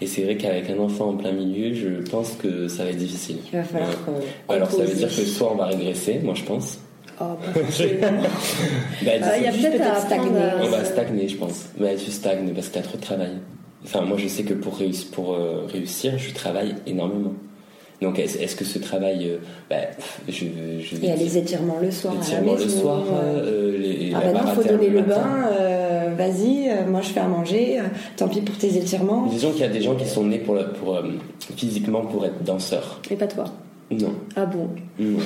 Speaker 4: Et c'est vrai qu'avec un enfant en plein milieu, je pense que ça va être difficile.
Speaker 3: Il va falloir.
Speaker 4: Ouais.
Speaker 3: qu'on- qu'on
Speaker 4: Alors ça
Speaker 3: pose.
Speaker 4: veut dire que soit on va régresser, moi je pense.
Speaker 3: Oh, bah, forcément.
Speaker 4: Bah,
Speaker 2: Euh, Il y a
Speaker 3: Juste
Speaker 2: peut-être à
Speaker 3: peut-être
Speaker 2: apprendre à-
Speaker 4: On va stagner, je pense. Bah, tu stagnes parce que t'as trop de travail. Enfin, moi, je sais que pour, réuss- pour euh, réussir, je travaille énormément. Donc, est-ce est-ce que ce travail, euh, bah, pff, je, je
Speaker 3: Il y a les étirements le soir. à la
Speaker 4: étirements le
Speaker 3: maison,
Speaker 4: soir,
Speaker 3: euh,
Speaker 4: euh, les,
Speaker 3: Ah
Speaker 4: la
Speaker 3: bah non, faut
Speaker 4: baraterne
Speaker 3: donner le
Speaker 4: matin.
Speaker 3: bain, euh, vas-y, euh, moi je fais à manger, euh, tant pis pour tes étirements.
Speaker 4: Disons qu'il y a des gens qui sont nés pour, le- pour euh, physiquement pour être danseurs.
Speaker 2: Et pas toi.
Speaker 4: Non,
Speaker 2: Ah bon
Speaker 4: non.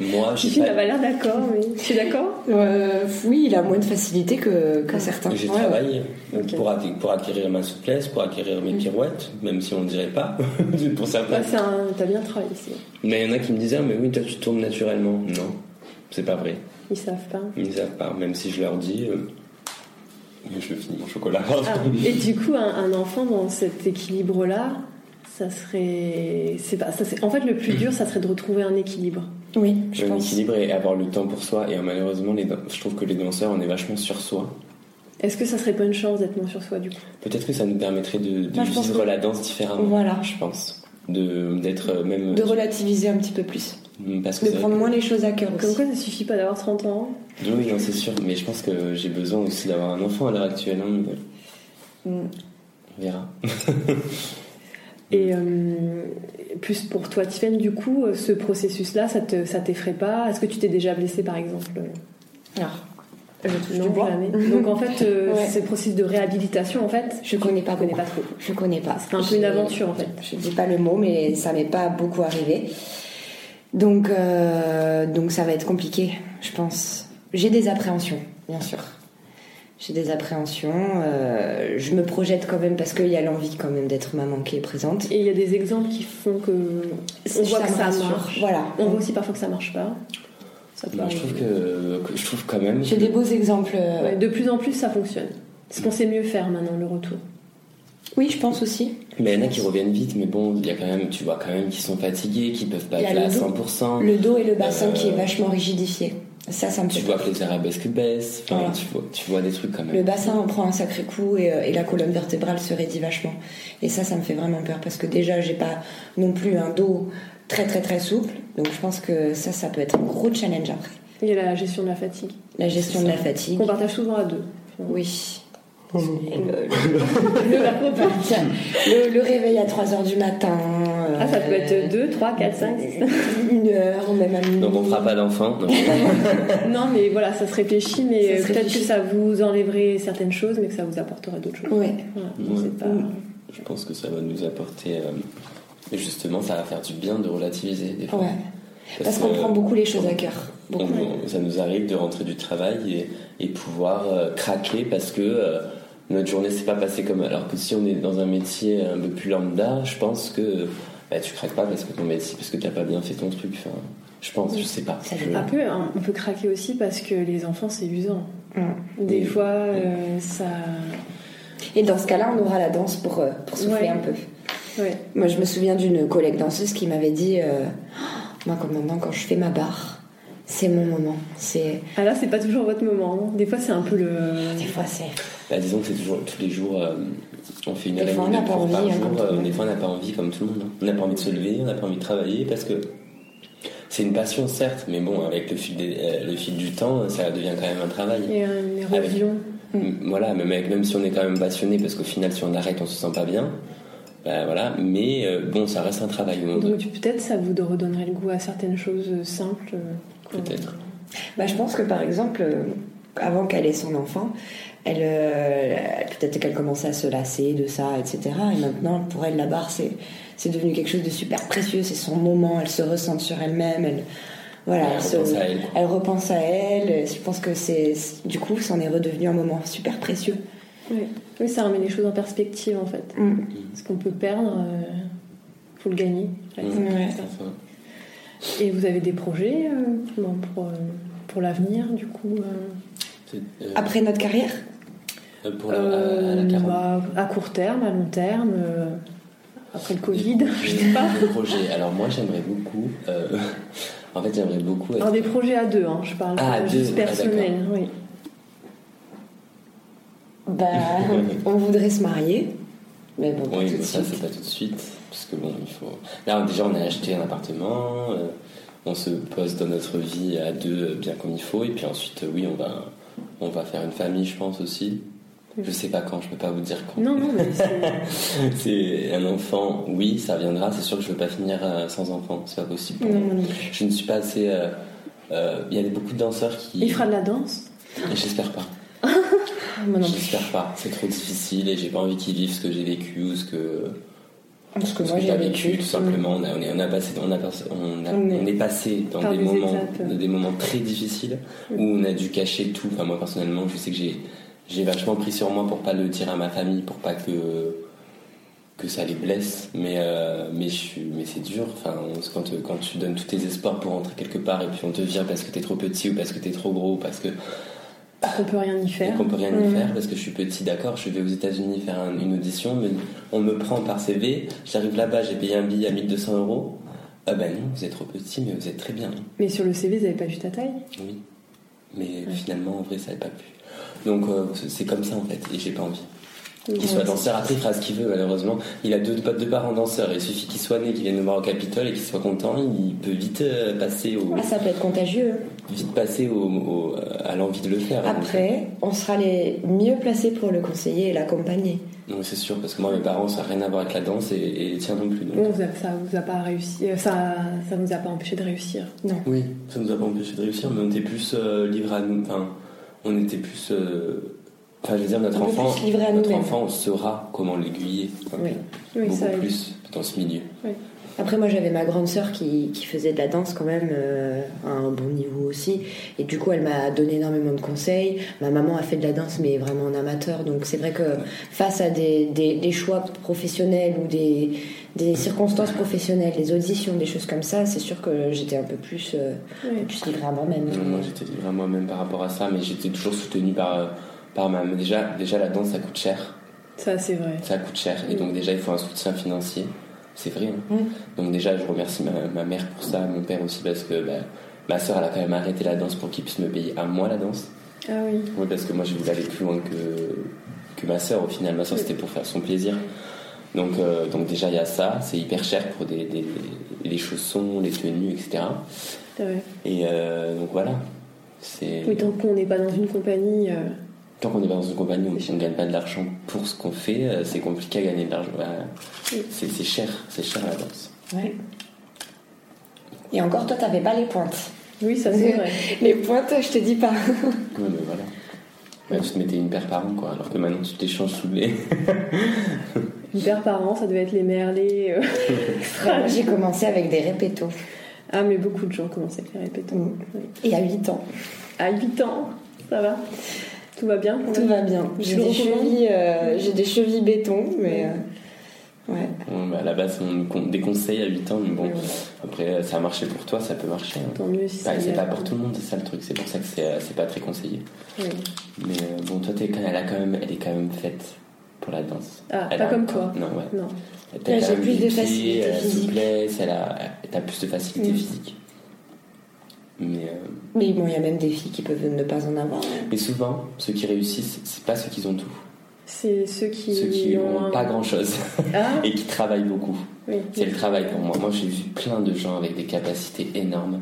Speaker 4: Moi, j'ai
Speaker 2: Tiffy
Speaker 4: pas.
Speaker 2: n'a pas l'air d'accord, mais tu es d'accord
Speaker 3: Euh, oui, il a moins de facilité que,
Speaker 2: Ah.
Speaker 3: que certains.
Speaker 4: J'ai
Speaker 3: Ouais, ouais.
Speaker 4: travaillé
Speaker 2: Ok.
Speaker 4: pour, acqu- pour acquérir ma souplesse, pour acquérir
Speaker 3: Mm.
Speaker 4: mes pirouettes, même si on ne dirait pas, pour certains.
Speaker 2: Ouais, c'est un- T'as bien travaillé ici.
Speaker 4: Mais il y en a qui me disaient, Ah, mais oui, toi tu tournes naturellement. Non, c'est pas vrai.
Speaker 2: Ils savent pas.
Speaker 4: Ils ne savent pas. Même si je leur dis, euh, je finis mon chocolat.
Speaker 2: Ah, et du coup, un, un enfant dans cet équilibre-là, ça serait. C'est pas. Ça, c'est- en fait, le plus dur, ça serait de retrouver un équilibre.
Speaker 3: Oui, je
Speaker 4: Un
Speaker 3: pense.
Speaker 4: équilibre Euh, et avoir le temps pour soi. Et euh, malheureusement, les dan- je trouve que les danseurs, on est vachement sur soi.
Speaker 2: Est-ce que ça serait pas une chance d'être moins sur soi du coup
Speaker 4: Peut-être que ça nous permettrait de, de
Speaker 3: Moi, je pense
Speaker 4: vivre
Speaker 3: que-
Speaker 4: la danse différemment.
Speaker 3: Voilà.
Speaker 4: Je pense. De- D'être euh, même. mm,
Speaker 3: De relativiser un petit peu plus.
Speaker 4: Parce que
Speaker 3: De
Speaker 4: c'est vrai
Speaker 3: prendre moins les choses à cœur
Speaker 2: Comme
Speaker 3: aussi.
Speaker 2: quoi, ça suffit pas d'avoir 30 ans.
Speaker 4: que- Oui, non, c'est sûr. Mais je pense que j'ai besoin aussi d'avoir un enfant à l'heure actuelle. hein.
Speaker 3: Mm.
Speaker 4: On verra.
Speaker 2: Et euh, plus pour toi, Tiffen, du coup, euh, ce processus-là, ça te, ça t'effraie pas Est-ce que tu t'es déjà blessé, par exemple
Speaker 3: Alors,
Speaker 2: Je
Speaker 3: du bois.
Speaker 2: jamais. Donc en fait, euh,
Speaker 3: Ouais.
Speaker 2: ce processus de réhabilitation, en fait,
Speaker 3: je connais pas
Speaker 2: je connais
Speaker 3: beaucoup.
Speaker 2: pas trop.
Speaker 3: Je connais pas.
Speaker 2: C'est un peu une
Speaker 3: Je-
Speaker 2: aventure, en fait.
Speaker 3: Je dis pas le mot, mais ça m'est pas beaucoup arrivé. Donc, euh, donc ça va être compliqué, je pense. J'ai des appréhensions, bien sûr. J'ai des appréhensions. euh, je me projette quand même parce qu'il y a l'envie quand même d'être maman qui est présente.
Speaker 2: Et il y a des exemples qui font que on voit
Speaker 3: me
Speaker 2: que ça
Speaker 3: rassure.
Speaker 2: marche.
Speaker 3: Voilà.
Speaker 2: On voit aussi parfois que ça marche pas. Ça peut
Speaker 4: Non, je
Speaker 2: arriver.
Speaker 4: trouve que, que- je trouve quand même.
Speaker 3: J'ai
Speaker 4: que-
Speaker 3: des beaux exemples. euh,
Speaker 2: Ouais, de plus en plus, ça fonctionne. Ce qu'on sait mieux faire maintenant, le retour.
Speaker 3: Oui, je pense aussi.
Speaker 4: Mais il y en a qui reviennent vite, mais bon, il y a quand même, tu vois quand même qu'ils sont fatigués, qu'ils peuvent pas
Speaker 3: Il y a
Speaker 4: être là à
Speaker 3: le dos.
Speaker 4: 100%.
Speaker 3: Le dos et le bassin
Speaker 4: Euh,
Speaker 3: qui est vachement rigidifié. Ça, ça me
Speaker 4: Tu
Speaker 3: fait
Speaker 4: vois
Speaker 3: peur.
Speaker 4: que les arabesques baissent, enfin,
Speaker 3: Voilà.
Speaker 4: tu, vois, tu vois des trucs quand même.
Speaker 3: Le bassin en prend un sacré coup et, euh, et la colonne vertébrale se raidit vachement. Et ça, ça me fait vraiment peur parce que déjà, j'ai pas non plus un dos très très très souple. Donc je pense que ça, ça peut être un gros challenge après.
Speaker 2: Il y a la gestion de la fatigue.
Speaker 3: La gestion
Speaker 4: C'est
Speaker 3: de
Speaker 4: ça.
Speaker 3: la fatigue.
Speaker 2: Qu'on partage souvent à deux.
Speaker 3: Oui.
Speaker 2: Oh.
Speaker 3: Et Le, le- le- le réveil à 3h du matin. euh,
Speaker 2: Ah, ça peut être 2, 3, 4, 5,
Speaker 3: Une heure, même à minuit.
Speaker 4: Donc on fera pas d'enfant. non.
Speaker 2: Non, mais voilà, ça se réfléchit, mais
Speaker 3: Ça
Speaker 2: euh,
Speaker 3: se
Speaker 2: peut-être
Speaker 3: réfléchit.
Speaker 2: que ça vous enlèverait certaines choses, mais que ça vous apporterait d'autres choses.
Speaker 3: Ouais.
Speaker 2: Voilà,
Speaker 4: Ouais.
Speaker 2: c'est pas-
Speaker 4: Je pense que ça va nous apporter. euh, justement, ça va faire du bien de relativiser des fois.
Speaker 3: Ouais. Parce qu'on
Speaker 4: que,
Speaker 3: prend beaucoup les choses à cœur.
Speaker 4: on-
Speaker 3: Beaucoup.
Speaker 4: on- ça nous arrive de rentrer du travail et, et pouvoir euh, craquer parce que euh, notre journée s'est pas passée comme. Alors que si on est dans un métier un peu plus lambda, je pense que bah, tu craques pas parce que ton métier, parce que t'as pas bien fait ton truc. Enfin, je pense, je sais pas.
Speaker 3: Ça
Speaker 4: Je-
Speaker 2: Un peu, hein, on peut craquer aussi parce que les enfants, c'est usant.
Speaker 3: Mm.
Speaker 2: Des
Speaker 4: Oui.
Speaker 2: fois, euh, ça.
Speaker 3: Et dans ce cas-là, on aura la danse pour, euh, pour souffler
Speaker 2: Ouais.
Speaker 3: un peu.
Speaker 2: Ouais.
Speaker 3: Moi, je me souviens d'une collègue danseuse qui m'avait dit euh, Moi, comme maintenant, quand je fais ma barre, c'est mon moment. C'est
Speaker 2: Ah là, c'est pas toujours votre moment. hein. Des fois, c'est un peu le.
Speaker 3: des fois, c'est
Speaker 4: Bah, disons que c'est toujours tous les jours, euh, on fait une
Speaker 3: Des
Speaker 4: heure et
Speaker 3: fois,
Speaker 4: demie
Speaker 3: on
Speaker 4: de
Speaker 3: n'a pas
Speaker 4: cours par
Speaker 3: envie, hein,
Speaker 4: jour.
Speaker 3: comme tout le
Speaker 4: euh,
Speaker 3: monde.
Speaker 4: des fois, on n'a pas envie comme tout le monde. hein. On n'a pas envie de se lever, on n'a pas envie de travailler parce que c'est une passion, certes, mais bon, avec le fil, des- euh, le fil du temps, ça devient quand même un travail.
Speaker 2: Et euh, une
Speaker 3: Ah
Speaker 2: érosion.
Speaker 4: M- Voilà, même, avec- même si on est quand même passionné, parce qu'au final, si on arrête, on se sent pas bien. Bah, voilà, mais euh, bon, ça reste un travail au moment donné.
Speaker 2: Donc peut-être ça vous redonnerait le goût à certaines choses euh, simples. euh, qu'on-
Speaker 4: Peut-être.
Speaker 3: Bah, je pense que par exemple, euh, avant qu'elle ait son enfant, elle euh, peut-être qu'elle commençait à se lasser de ça, etc. Et maintenant, pour elle, la barre, c'est c'est devenu quelque chose de super précieux. C'est son moment. Elle se ressent sur elle-même. Elle voilà.
Speaker 4: Elle
Speaker 3: se-
Speaker 4: repense à elle, quoi.
Speaker 3: elle repense à elle. Je pense que c'est c'est- du coup, c'en est redevenu un moment super précieux.
Speaker 2: Oui. Oui, ça remet les choses en perspective en fait.
Speaker 3: Mm.
Speaker 2: Ce qu'on peut perdre, il faut le gagner. en fait.
Speaker 4: Mm.
Speaker 3: Ouais.
Speaker 4: Enfin,
Speaker 2: Et vous avez des projets euh, bon, pour, euh, pour l'avenir du coup euh,
Speaker 4: c'est- euh,
Speaker 3: Après notre carrière.
Speaker 4: euh, pour la, à- à la
Speaker 2: euh,
Speaker 4: quarantaine.
Speaker 2: bah, À court terme, à long terme, euh, après le Covid,
Speaker 4: Des
Speaker 2: je sais pas.
Speaker 4: projets- des projets. Alors moi j'aimerais beaucoup. euh, en fait j'aimerais beaucoup. être-
Speaker 2: Alors des projets à deux, hein, je parle
Speaker 4: Ah, à
Speaker 2: pas juste
Speaker 4: deux, ah,
Speaker 2: personnel. oui.
Speaker 3: Bah, on voudrait se marier, mais bon, pas
Speaker 4: Oui,
Speaker 3: tout de
Speaker 4: mais ça,
Speaker 3: suite.
Speaker 4: c'est pas tout de suite. Parce que bon, il faut. Là, déjà, on a acheté un appartement, euh, on se pose dans notre vie à deux euh, bien comme il faut, et puis ensuite, euh, oui, on va, on va faire une famille, je pense aussi. Je sais pas quand, je peux pas vous dire quand.
Speaker 2: Non, non, mais c'est-
Speaker 4: C'est un enfant, oui, ça viendra, c'est sûr que je veux pas finir euh, sans enfant, c'est pas possible. pour
Speaker 2: Non,
Speaker 4: moi.
Speaker 2: non, non.
Speaker 4: Je ne suis pas assez. euh, euh, Il y a beaucoup de danseurs qui.
Speaker 2: il fera de la danse.
Speaker 4: J'espère pas.
Speaker 3: Ah, moi non plus.
Speaker 4: J'espère pas. C'est trop difficile et j'ai pas envie qu'ils vivent ce que j'ai vécu ou ce que.
Speaker 3: Parce que
Speaker 4: Parce
Speaker 3: moi
Speaker 4: que
Speaker 3: j'ai
Speaker 4: t'as vécu,
Speaker 3: vécu.
Speaker 4: tout simplement, on, a- on est, on a passé, on, a passé- on a-
Speaker 3: On est-
Speaker 4: on est passé dans
Speaker 2: par
Speaker 4: des
Speaker 2: des
Speaker 4: moments,
Speaker 2: étapes.
Speaker 4: dans des moments très difficiles
Speaker 3: Mm.
Speaker 4: où on a dû cacher tout. Enfin, moi personnellement, je sais que j'ai, j'ai vachement pris sur moi pour pas le dire à ma famille, pour pas que que ça les blesse. Mais euh, mais je suis, mais c'est dur. Enfin, on- quand te- quand tu donnes tous tes espoirs pour rentrer quelque part et puis on te vire parce que t'es trop petit ou parce que t'es trop gros, ou parce que
Speaker 2: On peut rien y
Speaker 4: et
Speaker 2: faire.
Speaker 4: qu'on peut rien y
Speaker 2: Mm.
Speaker 4: faire parce que je suis petit, d'accord, je vais aux États-Unis faire un- une audition, mais on me prend par CV, j'arrive là-bas, j'ai payé un billet à 1200 euros. Ah ben non, vous êtes trop petit, mais vous êtes très bien.
Speaker 2: Mais sur le CV, ils n'avaient pas vu ta taille.
Speaker 4: Oui. Mais finalement, en vrai, ça n'est pas pu. Donc euh, c'est- c'est comme ça en fait, et j'ai pas envie. Qu'il soit danseur, après il fera ce qu'il veut, malheureusement. Il a deux, deux parents danseurs, il suffit qu'il soit né, qu'il vienne nous voir au Capitole et qu'il soit content, il peut vite euh, passer au,
Speaker 3: Ah, ça peut être contagieux.
Speaker 4: vite passer au, au- euh, à l'envie de le faire. hein.
Speaker 3: Après, on sera les mieux placés pour le conseiller et l'accompagner.
Speaker 4: Non, c'est sûr, parce que moi, mes parents, ça n'a rien à voir avec la danse et, et les tiens non plus. donc.
Speaker 2: Bon, ça, ça vous a pas réussi. euh, Ça, ça nous a pas empêché de réussir.
Speaker 4: Oui, ça nous a pas empêché de réussir, mais on était plus euh, livrés à nous. Enfin, on était plus. euh, Enfin, je veux dire, notre
Speaker 3: Un peu
Speaker 4: enfant,
Speaker 3: plus livrés à
Speaker 4: notre
Speaker 3: nous-mêmes.
Speaker 4: enfant saura comment l'aiguiller. Enfin,
Speaker 3: Oui.
Speaker 2: Oui,
Speaker 4: beaucoup
Speaker 2: ça aide.
Speaker 4: plus dans ce milieu.
Speaker 3: Après, moi j'avais ma grande sœur qui, qui faisait de la danse quand même euh, à un bon niveau aussi. Et du coup, elle m'a donné énormément de conseils. Ma maman a fait de la danse, mais vraiment en amateur. Donc, c'est vrai que face à des, des- des choix professionnels ou des, des circonstances professionnelles, des auditions, des choses comme ça, c'est sûr que j'étais un peu plus, euh,
Speaker 2: Oui.
Speaker 3: plus livrée à moi-même.
Speaker 4: Non, moi, j'étais livré à moi-même par rapport à ça, mais j'étais toujours soutenu par, euh, par ma. mais Déjà, déjà, la danse, ça coûte cher.
Speaker 2: Ça, c'est vrai.
Speaker 4: Ça coûte cher. Et donc déjà, il faut un soutien financier. C'est vrai. hein.
Speaker 3: Oui.
Speaker 4: Donc déjà, je remercie ma, ma mère pour ça, mon père aussi, parce que bah, ma soeur, elle a quand même arrêté la danse pour qu'il puisse me payer à moi la danse.
Speaker 2: Ah oui.
Speaker 4: Oui, parce que moi, je voulais aller plus loin que, que ma soeur. Au final, ma soeur, c'était pour faire son plaisir. Donc, euh, donc déjà, il y a ça. C'est hyper cher pour des, des, les chaussons, les tenues, etc.
Speaker 2: c'est vrai.
Speaker 4: Et euh, donc voilà. C'est...
Speaker 2: Oui, tant qu'on n'est pas dans une compagnie. euh,
Speaker 4: Tant qu'on est pas dans une compagnie où on ne gagne pas de l'argent pour ce qu'on fait, euh, c'est compliqué à gagner de l'argent. Bah,
Speaker 2: Oui.
Speaker 4: c'est c'est cher, c'est cher la danse.
Speaker 3: Ouais. Et encore, toi, t'avais pas les pointes.
Speaker 2: Oui, ça, c'est vrai.
Speaker 3: Les pointes, je te dis pas.
Speaker 4: Ouais, mais voilà. Bah, tu te mettais une paire par an, quoi, alors que maintenant tu t'échanges sous les.
Speaker 2: Une paire par an, ça devait être les merlés. euh.
Speaker 3: J'ai commencé avec des répétos.
Speaker 2: Ah, mais beaucoup de gens commençaient à les répéter.
Speaker 3: Mm. Et à 8 ans.
Speaker 2: À 8 ans, ça va. Tout va bien pour
Speaker 3: Tout
Speaker 2: la-
Speaker 3: va bien.
Speaker 2: Je
Speaker 3: J'ai
Speaker 2: le
Speaker 3: des,
Speaker 2: recommande.
Speaker 3: chevilles, euh, j'ai des chevilles béton, mais. euh, ouais.
Speaker 4: Bon, bah, à la base, on nous con- déconseille à 8 ans, mais bon,
Speaker 2: Ouais, ouais.
Speaker 4: après, euh, ça a marché pour toi, ça peut marcher. hein.
Speaker 2: Tant mieux si
Speaker 4: Bah,
Speaker 2: ça y
Speaker 4: c'est
Speaker 2: est.
Speaker 4: pas pour tout le monde, c'est ça le truc, c'est pour ça que c'est euh, c'est pas très conseillé.
Speaker 2: Oui.
Speaker 4: Mais euh, bon, toi, t'es quand- elle, a quand même, elle est quand même faite pour la danse.
Speaker 2: Ah,
Speaker 4: Elle
Speaker 2: pas
Speaker 4: a-
Speaker 2: comme toi.
Speaker 4: Non, ouais.
Speaker 2: Non.
Speaker 4: T'as
Speaker 3: Ouais,
Speaker 4: quand
Speaker 3: j'ai
Speaker 4: même
Speaker 3: plus de
Speaker 4: des pieds,
Speaker 3: facilité
Speaker 4: elle a la
Speaker 3: physique.
Speaker 4: souplesse, elle a, t'as plus de facilité
Speaker 3: Mm.
Speaker 4: physique. Mais, euh,
Speaker 3: Mais bon, il y a même des filles qui peuvent ne pas en avoir.
Speaker 4: mais souvent, ceux qui réussissent, c'est pas ceux qui ont tout.
Speaker 2: C'est ceux qui,
Speaker 4: ceux qui n'ont
Speaker 2: un-
Speaker 4: pas grand chose
Speaker 2: Ah,
Speaker 4: et qui travaillent beaucoup.
Speaker 2: oui.
Speaker 4: C'est le travail pour moi. Moi, j'ai vu plein de gens avec des capacités énormes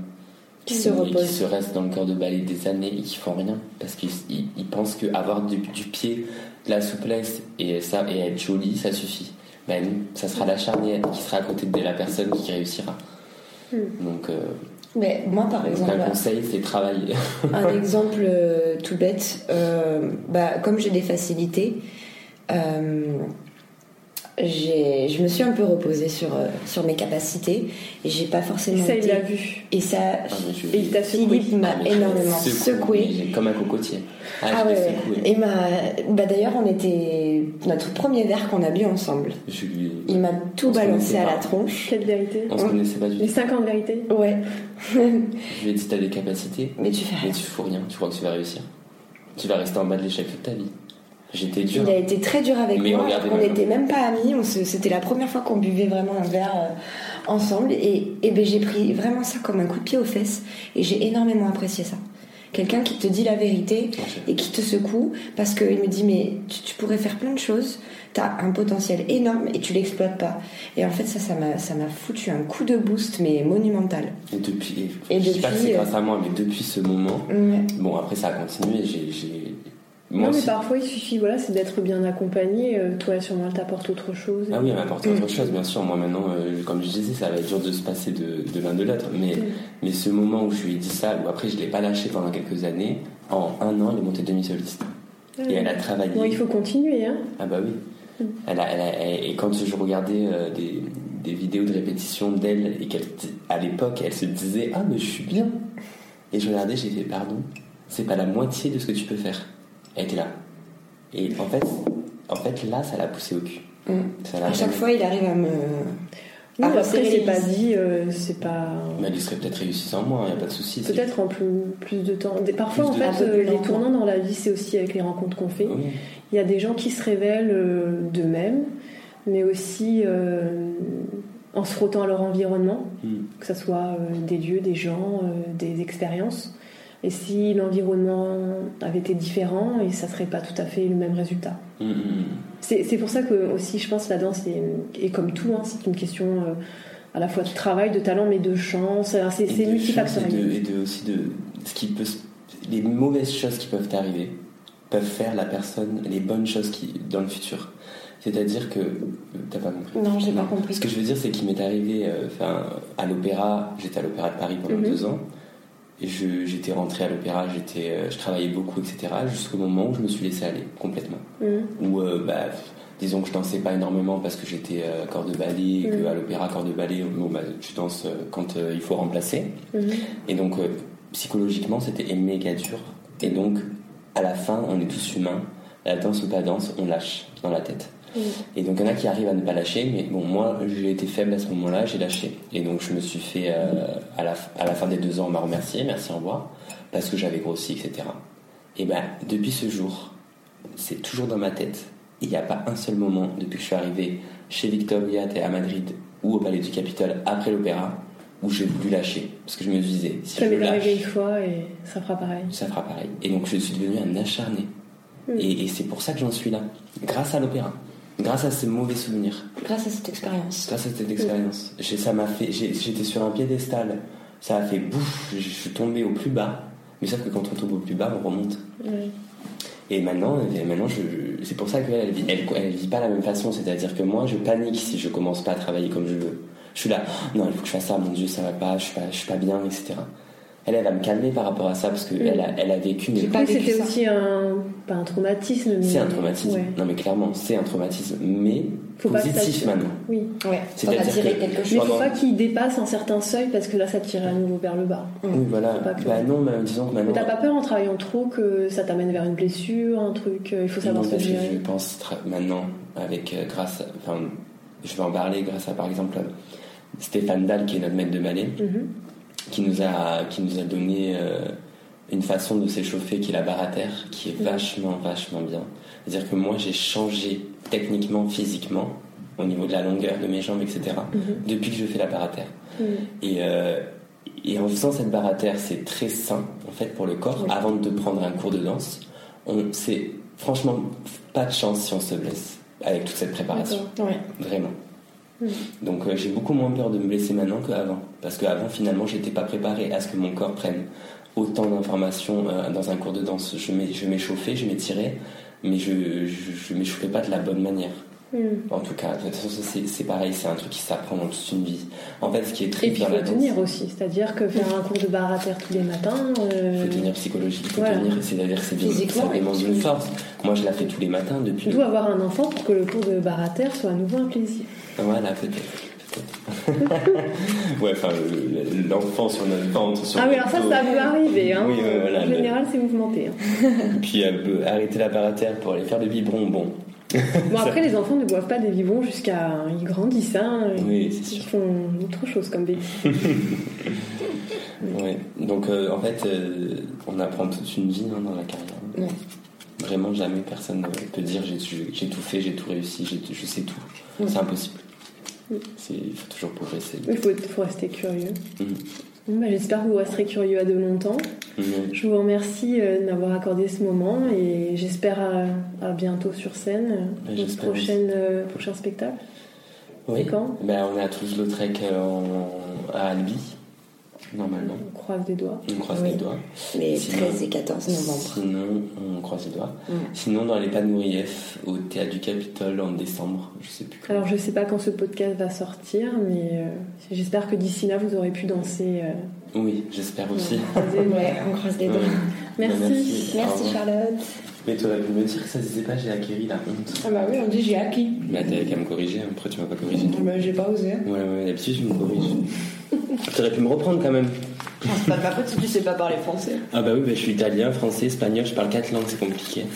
Speaker 3: Qui se
Speaker 4: et qui
Speaker 3: reposent.
Speaker 4: se restent dans le corps de ballet des années et qui font rien parce qu'ils ils- ils pensent qu'avoir du, du pied, de la souplesse et, ça, et être joli, ça suffit. Ben non, ça sera la charnière qui sera à côté de la personne qui réussira.
Speaker 2: Mm.
Speaker 4: Donc, euh,
Speaker 3: Mais moi, Hmm. par
Speaker 4: donc
Speaker 3: exemple, bah,
Speaker 4: un conseil, c'est travailler.
Speaker 3: un exemple euh, tout bête, euh, bah, comme j'ai des facilités, euh, j'ai- je me suis un peu reposée sur, euh, sur mes capacités et j'ai pas
Speaker 2: Et
Speaker 3: forcément.
Speaker 2: ça, il
Speaker 3: été-
Speaker 2: l'a vu.
Speaker 3: Et ça,
Speaker 4: Ah, mais je-
Speaker 2: Et il t'a secoué.
Speaker 3: Philippe m'a
Speaker 4: Ah, mais je
Speaker 3: bah, énormément
Speaker 4: l'ai
Speaker 3: secouée.
Speaker 4: mais Comme un cocotier. Ah,
Speaker 3: Ah
Speaker 4: je
Speaker 3: ouais,
Speaker 4: l'ai
Speaker 3: ouais.
Speaker 4: secoué.
Speaker 3: Et ma... bah d'ailleurs, on était notre premier verre qu'on a bu ensemble.
Speaker 4: Je lui-
Speaker 3: Il m'a tout
Speaker 4: On se
Speaker 3: balancé
Speaker 4: connaissait
Speaker 3: à
Speaker 4: pas.
Speaker 3: la tronche.
Speaker 2: Quelle vérité
Speaker 4: On se connaissait pas du
Speaker 2: Les
Speaker 4: tout.
Speaker 2: 50 vérités
Speaker 3: Ouais,
Speaker 4: Je lui ai dit, t'as des capacités,
Speaker 3: mais tu fais
Speaker 4: Mais
Speaker 3: rien.
Speaker 4: tu fous rien, tu crois que tu vas réussir. Tu vas rester en bas de l'échec toute ta vie. J'étais dur.
Speaker 3: Il a été très dur avec
Speaker 4: Mais
Speaker 3: moi.
Speaker 4: regardez
Speaker 3: On
Speaker 4: maintenant.
Speaker 3: n'était même pas amis. On se... C'était la première fois qu'on buvait vraiment un verre euh, ensemble. Et, et ben, j'ai pris vraiment ça comme un coup de pied aux fesses. Et j'ai énormément apprécié ça. Quelqu'un qui te dit la vérité
Speaker 4: Ok.
Speaker 3: et qui te secoue parce qu'il me dit mais tu, tu pourrais faire plein de choses, t'as un potentiel énorme et tu l'exploites pas. Et en fait ça, ça m'a ça m'a foutu un coup de boost mais monumental.
Speaker 4: Et depuis,
Speaker 3: Et
Speaker 4: je sais pas
Speaker 3: depuis,
Speaker 4: si c'est
Speaker 3: euh,
Speaker 4: grâce à moi, mais depuis ce moment,
Speaker 3: Ouais.
Speaker 4: bon après ça a continué, j'ai- j'ai...
Speaker 2: Non,
Speaker 4: Moi
Speaker 2: mais
Speaker 4: aussi-
Speaker 2: parfois il suffit voilà, c'est d'être bien accompagné. euh, toi, sûrement, elle t'apporte autre chose.
Speaker 4: Ah oui, elle m'a apporté
Speaker 3: Mm.
Speaker 4: autre chose, bien sûr. Moi maintenant, euh, comme je disais, ça va être dur de se passer de, de l'un de l'autre. Mais,
Speaker 2: Mm.
Speaker 4: mais ce moment où je lui ai dit ça, ou après je ne l'ai pas lâché pendant quelques années, en un an, elle est montée demi-soliste.
Speaker 2: Ah
Speaker 4: Et
Speaker 2: oui.
Speaker 4: elle a travaillé.
Speaker 2: Bon, il faut continuer. Hein.
Speaker 4: Ah bah oui.
Speaker 3: Mm.
Speaker 4: Elle a- elle a- elle- et quand je regardais euh, des, des vidéos de répétition d'elle, et qu'elle, di- à l'époque, elle se disait Ah, mais je suis bien. Et je regardais, j'ai fait Pardon, c'est pas la moitié de ce que tu peux faire. Elle était là. Et en fait, en fait là, ça l'a poussée au cul.
Speaker 3: Mm.
Speaker 4: Ça l'a
Speaker 3: À chaque
Speaker 4: vraiment-
Speaker 3: fois il arrive à me...
Speaker 2: Oui,
Speaker 3: à
Speaker 2: Ah, bah, après,
Speaker 3: resserrer
Speaker 2: c'est
Speaker 3: les
Speaker 2: pas
Speaker 3: vis.
Speaker 2: dit, euh, c'est pas.
Speaker 4: Mais elle y serait peut-être réussie sans moi, il a pas de souci. c'est-
Speaker 2: Peut-être en plus, plus de temps. Des- Parfois,
Speaker 4: Plus
Speaker 2: en
Speaker 4: de-
Speaker 2: fait,
Speaker 3: un peu
Speaker 2: euh,
Speaker 3: plus
Speaker 2: les
Speaker 3: longtemps.
Speaker 2: tournants dans la vie, c'est aussi avec les rencontres qu'on fait.
Speaker 4: Oui.
Speaker 2: Il y a des gens qui se révèlent euh, d'eux-mêmes, mais aussi euh, en se frottant à leur environnement,
Speaker 4: Mm.
Speaker 2: que ce soit euh, des lieux, des gens, euh, des expériences. Et si l'environnement avait été différent, et ça serait pas tout à fait le même résultat.
Speaker 4: Mm, mm,
Speaker 2: C'est c'est pour ça que aussi je pense la danse est, est comme tout, hein, c'est une question euh, à la fois de travail, de talent, mais de chance. Alors, C'est
Speaker 4: mm.
Speaker 2: c'est
Speaker 4: Et de chance
Speaker 2: multifactoriel.
Speaker 4: Et, de, et de- aussi de ce qui peut, se- les mauvaises choses qui peuvent arriver peuvent faire la personne les bonnes choses qui dans le futur. C'est-à-dire que euh, t'as pas compris.
Speaker 3: Non, j'ai pas
Speaker 4: Non.
Speaker 3: compris.
Speaker 4: Ce que je veux dire, c'est qu'il m'est arrivé, euh, enfin, à l'opéra. J'étais à l'opéra de Paris pendant
Speaker 2: Mhm.
Speaker 4: deux ans. Et je- j'étais rentré à l'opéra, j'étais, euh, je travaillais beaucoup, etc. Jusqu'au moment où je me suis laissé aller complètement.
Speaker 2: Mhm.
Speaker 4: où euh, bah, disons que je dansais pas énormément parce que j'étais euh, corps de ballet et que
Speaker 3: Mhm.
Speaker 2: Mm.
Speaker 4: à l'opéra corps de ballet bon, bah, tu danses euh, quand euh, il faut remplacer
Speaker 2: Mhm.
Speaker 4: et donc euh, psychologiquement c'était méga dur et donc à la fin on est tous humains la danse ou pas danse on lâche dans la tête
Speaker 2: Mm.
Speaker 4: et donc il y en a qui arrivent à ne pas lâcher mais bon moi j'ai été faible à ce moment là j'ai lâché et donc je me suis fait euh, à, la, à la fin des deux ans on m'a remercié merci au revoir parce que j'avais grossi etc et ben depuis ce jour c'est toujours dans ma tête. Il n'y a pas un seul moment depuis que je suis arrivé chez Victoria et à Madrid ou au Palais du Capitole après l'opéra où j'ai voulu lâcher. Parce que je me disais, si
Speaker 2: Ça
Speaker 4: je
Speaker 2: m'est
Speaker 4: lâche,
Speaker 2: arrivé une fois et ça fera pareil.
Speaker 4: ça fera pareil. Et donc je suis devenu un acharné.
Speaker 3: Hmm.
Speaker 2: Mm.
Speaker 4: Et, et c'est pour ça que j'en suis là. Grâce à l'opéra. Grâce à ces mauvais souvenirs.
Speaker 3: Grâce à cette expérience. Hmm.
Speaker 4: Grâce à cette expérience. J'ai- Ça m'a fait. j'ai- J'étais sur un piédestal. Ça a fait bouf. Je suis tombé au plus bas. Mais sauf que quand on tombe au plus bas, on remonte.
Speaker 2: Ouais.
Speaker 4: Et maintenant, et maintenant je, je- c'est pour ça qu'elle elle vit, elle, elle vit pas la même façon. C'est-à-dire que moi, je panique si je commence pas à travailler comme je veux. Je suis là, non, il faut que je fasse ça, mon Dieu, ça va pas, je suis pas, je suis pas bien, etc. Elle, elle va me calmer par rapport à ça parce qu'elle elle a, elle a vécu. mais-
Speaker 3: J'ai pas
Speaker 2: Oui,
Speaker 3: vécu
Speaker 2: C'était
Speaker 3: ça.
Speaker 2: aussi un pas un traumatisme. mais-
Speaker 4: C'est un traumatisme.
Speaker 2: Ouais.
Speaker 4: Non, mais clairement, c'est un traumatisme, mais
Speaker 2: Faut pas que ça
Speaker 4: positif
Speaker 2: te-
Speaker 4: maintenant.
Speaker 2: Oui.
Speaker 3: Ouais, t'en
Speaker 4: C'est-à-dire
Speaker 3: as tiré
Speaker 4: que-
Speaker 3: quelque
Speaker 2: Mais
Speaker 3: chose.
Speaker 2: faut
Speaker 4: Pendant-
Speaker 2: pas qu'il dépasse un certain seuil parce que là ça tire à nouveau vers le bas.
Speaker 4: Oui, voilà.
Speaker 2: Faut pas que-
Speaker 4: Bah non, mais disons que
Speaker 2: Mais
Speaker 4: maintenant.
Speaker 2: T'as pas peur en travaillant trop que ça t'amène vers une blessure, un truc. euh, Il faut savoir
Speaker 4: Non,
Speaker 2: se
Speaker 4: parce que je
Speaker 2: gérer.
Speaker 4: pense tra- maintenant, avec euh, grâce, enfin, je vais en parler grâce à par exemple Stéphane Dahl qui est notre maître de ballet,
Speaker 2: Mhm.
Speaker 4: qui nous a qui nous a donné euh, une façon de s'échauffer qui est la barre à terre, qui
Speaker 2: Mhm.
Speaker 4: est vachement vachement bien. C'est-à-dire que moi j'ai changé techniquement, physiquement, au niveau de la longueur de mes jambes, etc. Depuis que je fais la barre à terre.
Speaker 2: Mhm.
Speaker 4: Et, euh, et en faisant cette barre à terre, c'est très sain en fait pour le corps.
Speaker 2: Oui.
Speaker 4: Avant de prendre un cours de danse, on c'est franchement pas de chance si on se blesse avec toute cette préparation,
Speaker 2: D'accord.
Speaker 3: Ouais.
Speaker 4: vraiment.
Speaker 2: Oui.
Speaker 4: Donc euh, j'ai beaucoup moins peur de me blesser maintenant qu'avant, parce qu'avant finalement j'étais pas préparé à ce que mon corps prenne autant d'informations euh, dans un cours de danse. Je m'ai- je m'échauffais, je m'étirais, mais je, je, je m'échauffais pas de la bonne manière.
Speaker 2: Mhm.
Speaker 4: En tout cas, de toute façon, c'est c'est pareil, c'est un truc qui s'apprend dans toute une vie. En fait, ce qui est
Speaker 2: Et
Speaker 4: triste
Speaker 2: puis
Speaker 4: dans
Speaker 2: il
Speaker 4: la
Speaker 2: faut
Speaker 4: danse,
Speaker 2: tenir aussi, c'est-à-dire que faire un cours de barre à terre tous les matins.
Speaker 4: Il
Speaker 2: euh,
Speaker 4: faut tenir psychologique, il faut
Speaker 2: Voilà.
Speaker 4: tenir, c'est-à-dire que c'est des-
Speaker 3: Physiquement,
Speaker 4: ça demande
Speaker 3: et
Speaker 4: une force. Moi, je la fais tous les matins depuis.
Speaker 2: Tu dois avoir un enfant pour que le cours de barre à terre soit à nouveau un plaisir.
Speaker 4: Voilà, peut-être. peut-être. ouais, enfin, le- le- l'enfant sur notre ventre. Sur
Speaker 2: Ah oui,
Speaker 4: le
Speaker 2: alors ça,
Speaker 4: dos.
Speaker 2: ça peut arriver. Hein.
Speaker 4: Oui, euh, ouais, voilà,
Speaker 2: en
Speaker 4: le-
Speaker 2: général, c'est mouvementé. hein.
Speaker 4: Puis euh, euh, arrêter la barre à terre pour aller faire le biberon, bon.
Speaker 2: Bon, après, les enfants ne boivent pas des biberons jusqu'à. Ils grandissent, hein. et
Speaker 4: Oui, c'est sûr.
Speaker 2: Ils font autre chose comme bébé.
Speaker 4: Ouais. Donc, euh, en fait, euh, on apprend toute une vie hein, dans la carrière.
Speaker 3: Ouais.
Speaker 4: Vraiment, jamais personne ne peut dire j'ai j'ai tout fait, j'ai tout réussi, j'ai tout- je sais tout.
Speaker 3: Ouais.
Speaker 4: C'est impossible.
Speaker 2: Oui.
Speaker 4: C'est- Il faut toujours progresser.
Speaker 2: Il faut, faut rester curieux.
Speaker 4: Mhm.
Speaker 2: Bon, bah, J'espère que vous resterez curieux à de longtemps.
Speaker 4: Mhm.
Speaker 2: Je vous remercie euh, de m'avoir accordé ce moment et j'espère à, à bientôt sur scène
Speaker 4: Ouais,
Speaker 2: euh, notre
Speaker 4: Bah, j'espère aussi.
Speaker 2: prochaine, euh, prochain spectacle.
Speaker 4: Oui.
Speaker 2: C'est quand
Speaker 4: Ben, on est à Toulouse-Lautrec euh, en- à Albi, normalement.
Speaker 2: On croise des doigts.
Speaker 4: On croise
Speaker 3: Oui.
Speaker 4: les doigts.
Speaker 3: Les
Speaker 4: Sinon-
Speaker 3: 13 et 14 novembre.
Speaker 4: Sinon, on croise les doigts.
Speaker 3: Mm.
Speaker 4: Sinon, dans les Panourief, au Théâtre du Capitole en décembre, je sais plus quand.
Speaker 2: Alors je sais pas quand ce podcast va sortir, mais euh, j'espère que d'ici là vous aurez pu danser. euh,
Speaker 4: Oui, j'espère aussi.
Speaker 2: croiser les doigts.
Speaker 3: Ouais, on croise les
Speaker 4: Ouais.
Speaker 3: doigts.
Speaker 2: Merci.
Speaker 4: Au
Speaker 3: Merci
Speaker 4: revoir.
Speaker 3: Charlotte.
Speaker 4: Mais t'aurais pu me dire que ça se disait pas, j'ai acquéri la honte.
Speaker 3: Ah bah oui, on dit j'ai acquis.
Speaker 4: Bah t'avais qu'à me corriger, après tu m'as pas corrigé.
Speaker 3: Bah j'ai pas osé.
Speaker 4: Ouais, ouais, d'habitude je me corrige. T'aurais pu me reprendre quand même.
Speaker 5: C'est pas de ma faute Bah, si tu sais pas parler français.
Speaker 4: Ah bah oui, bah, je suis italien, français, espagnol, je parle quatre langues, c'est compliqué.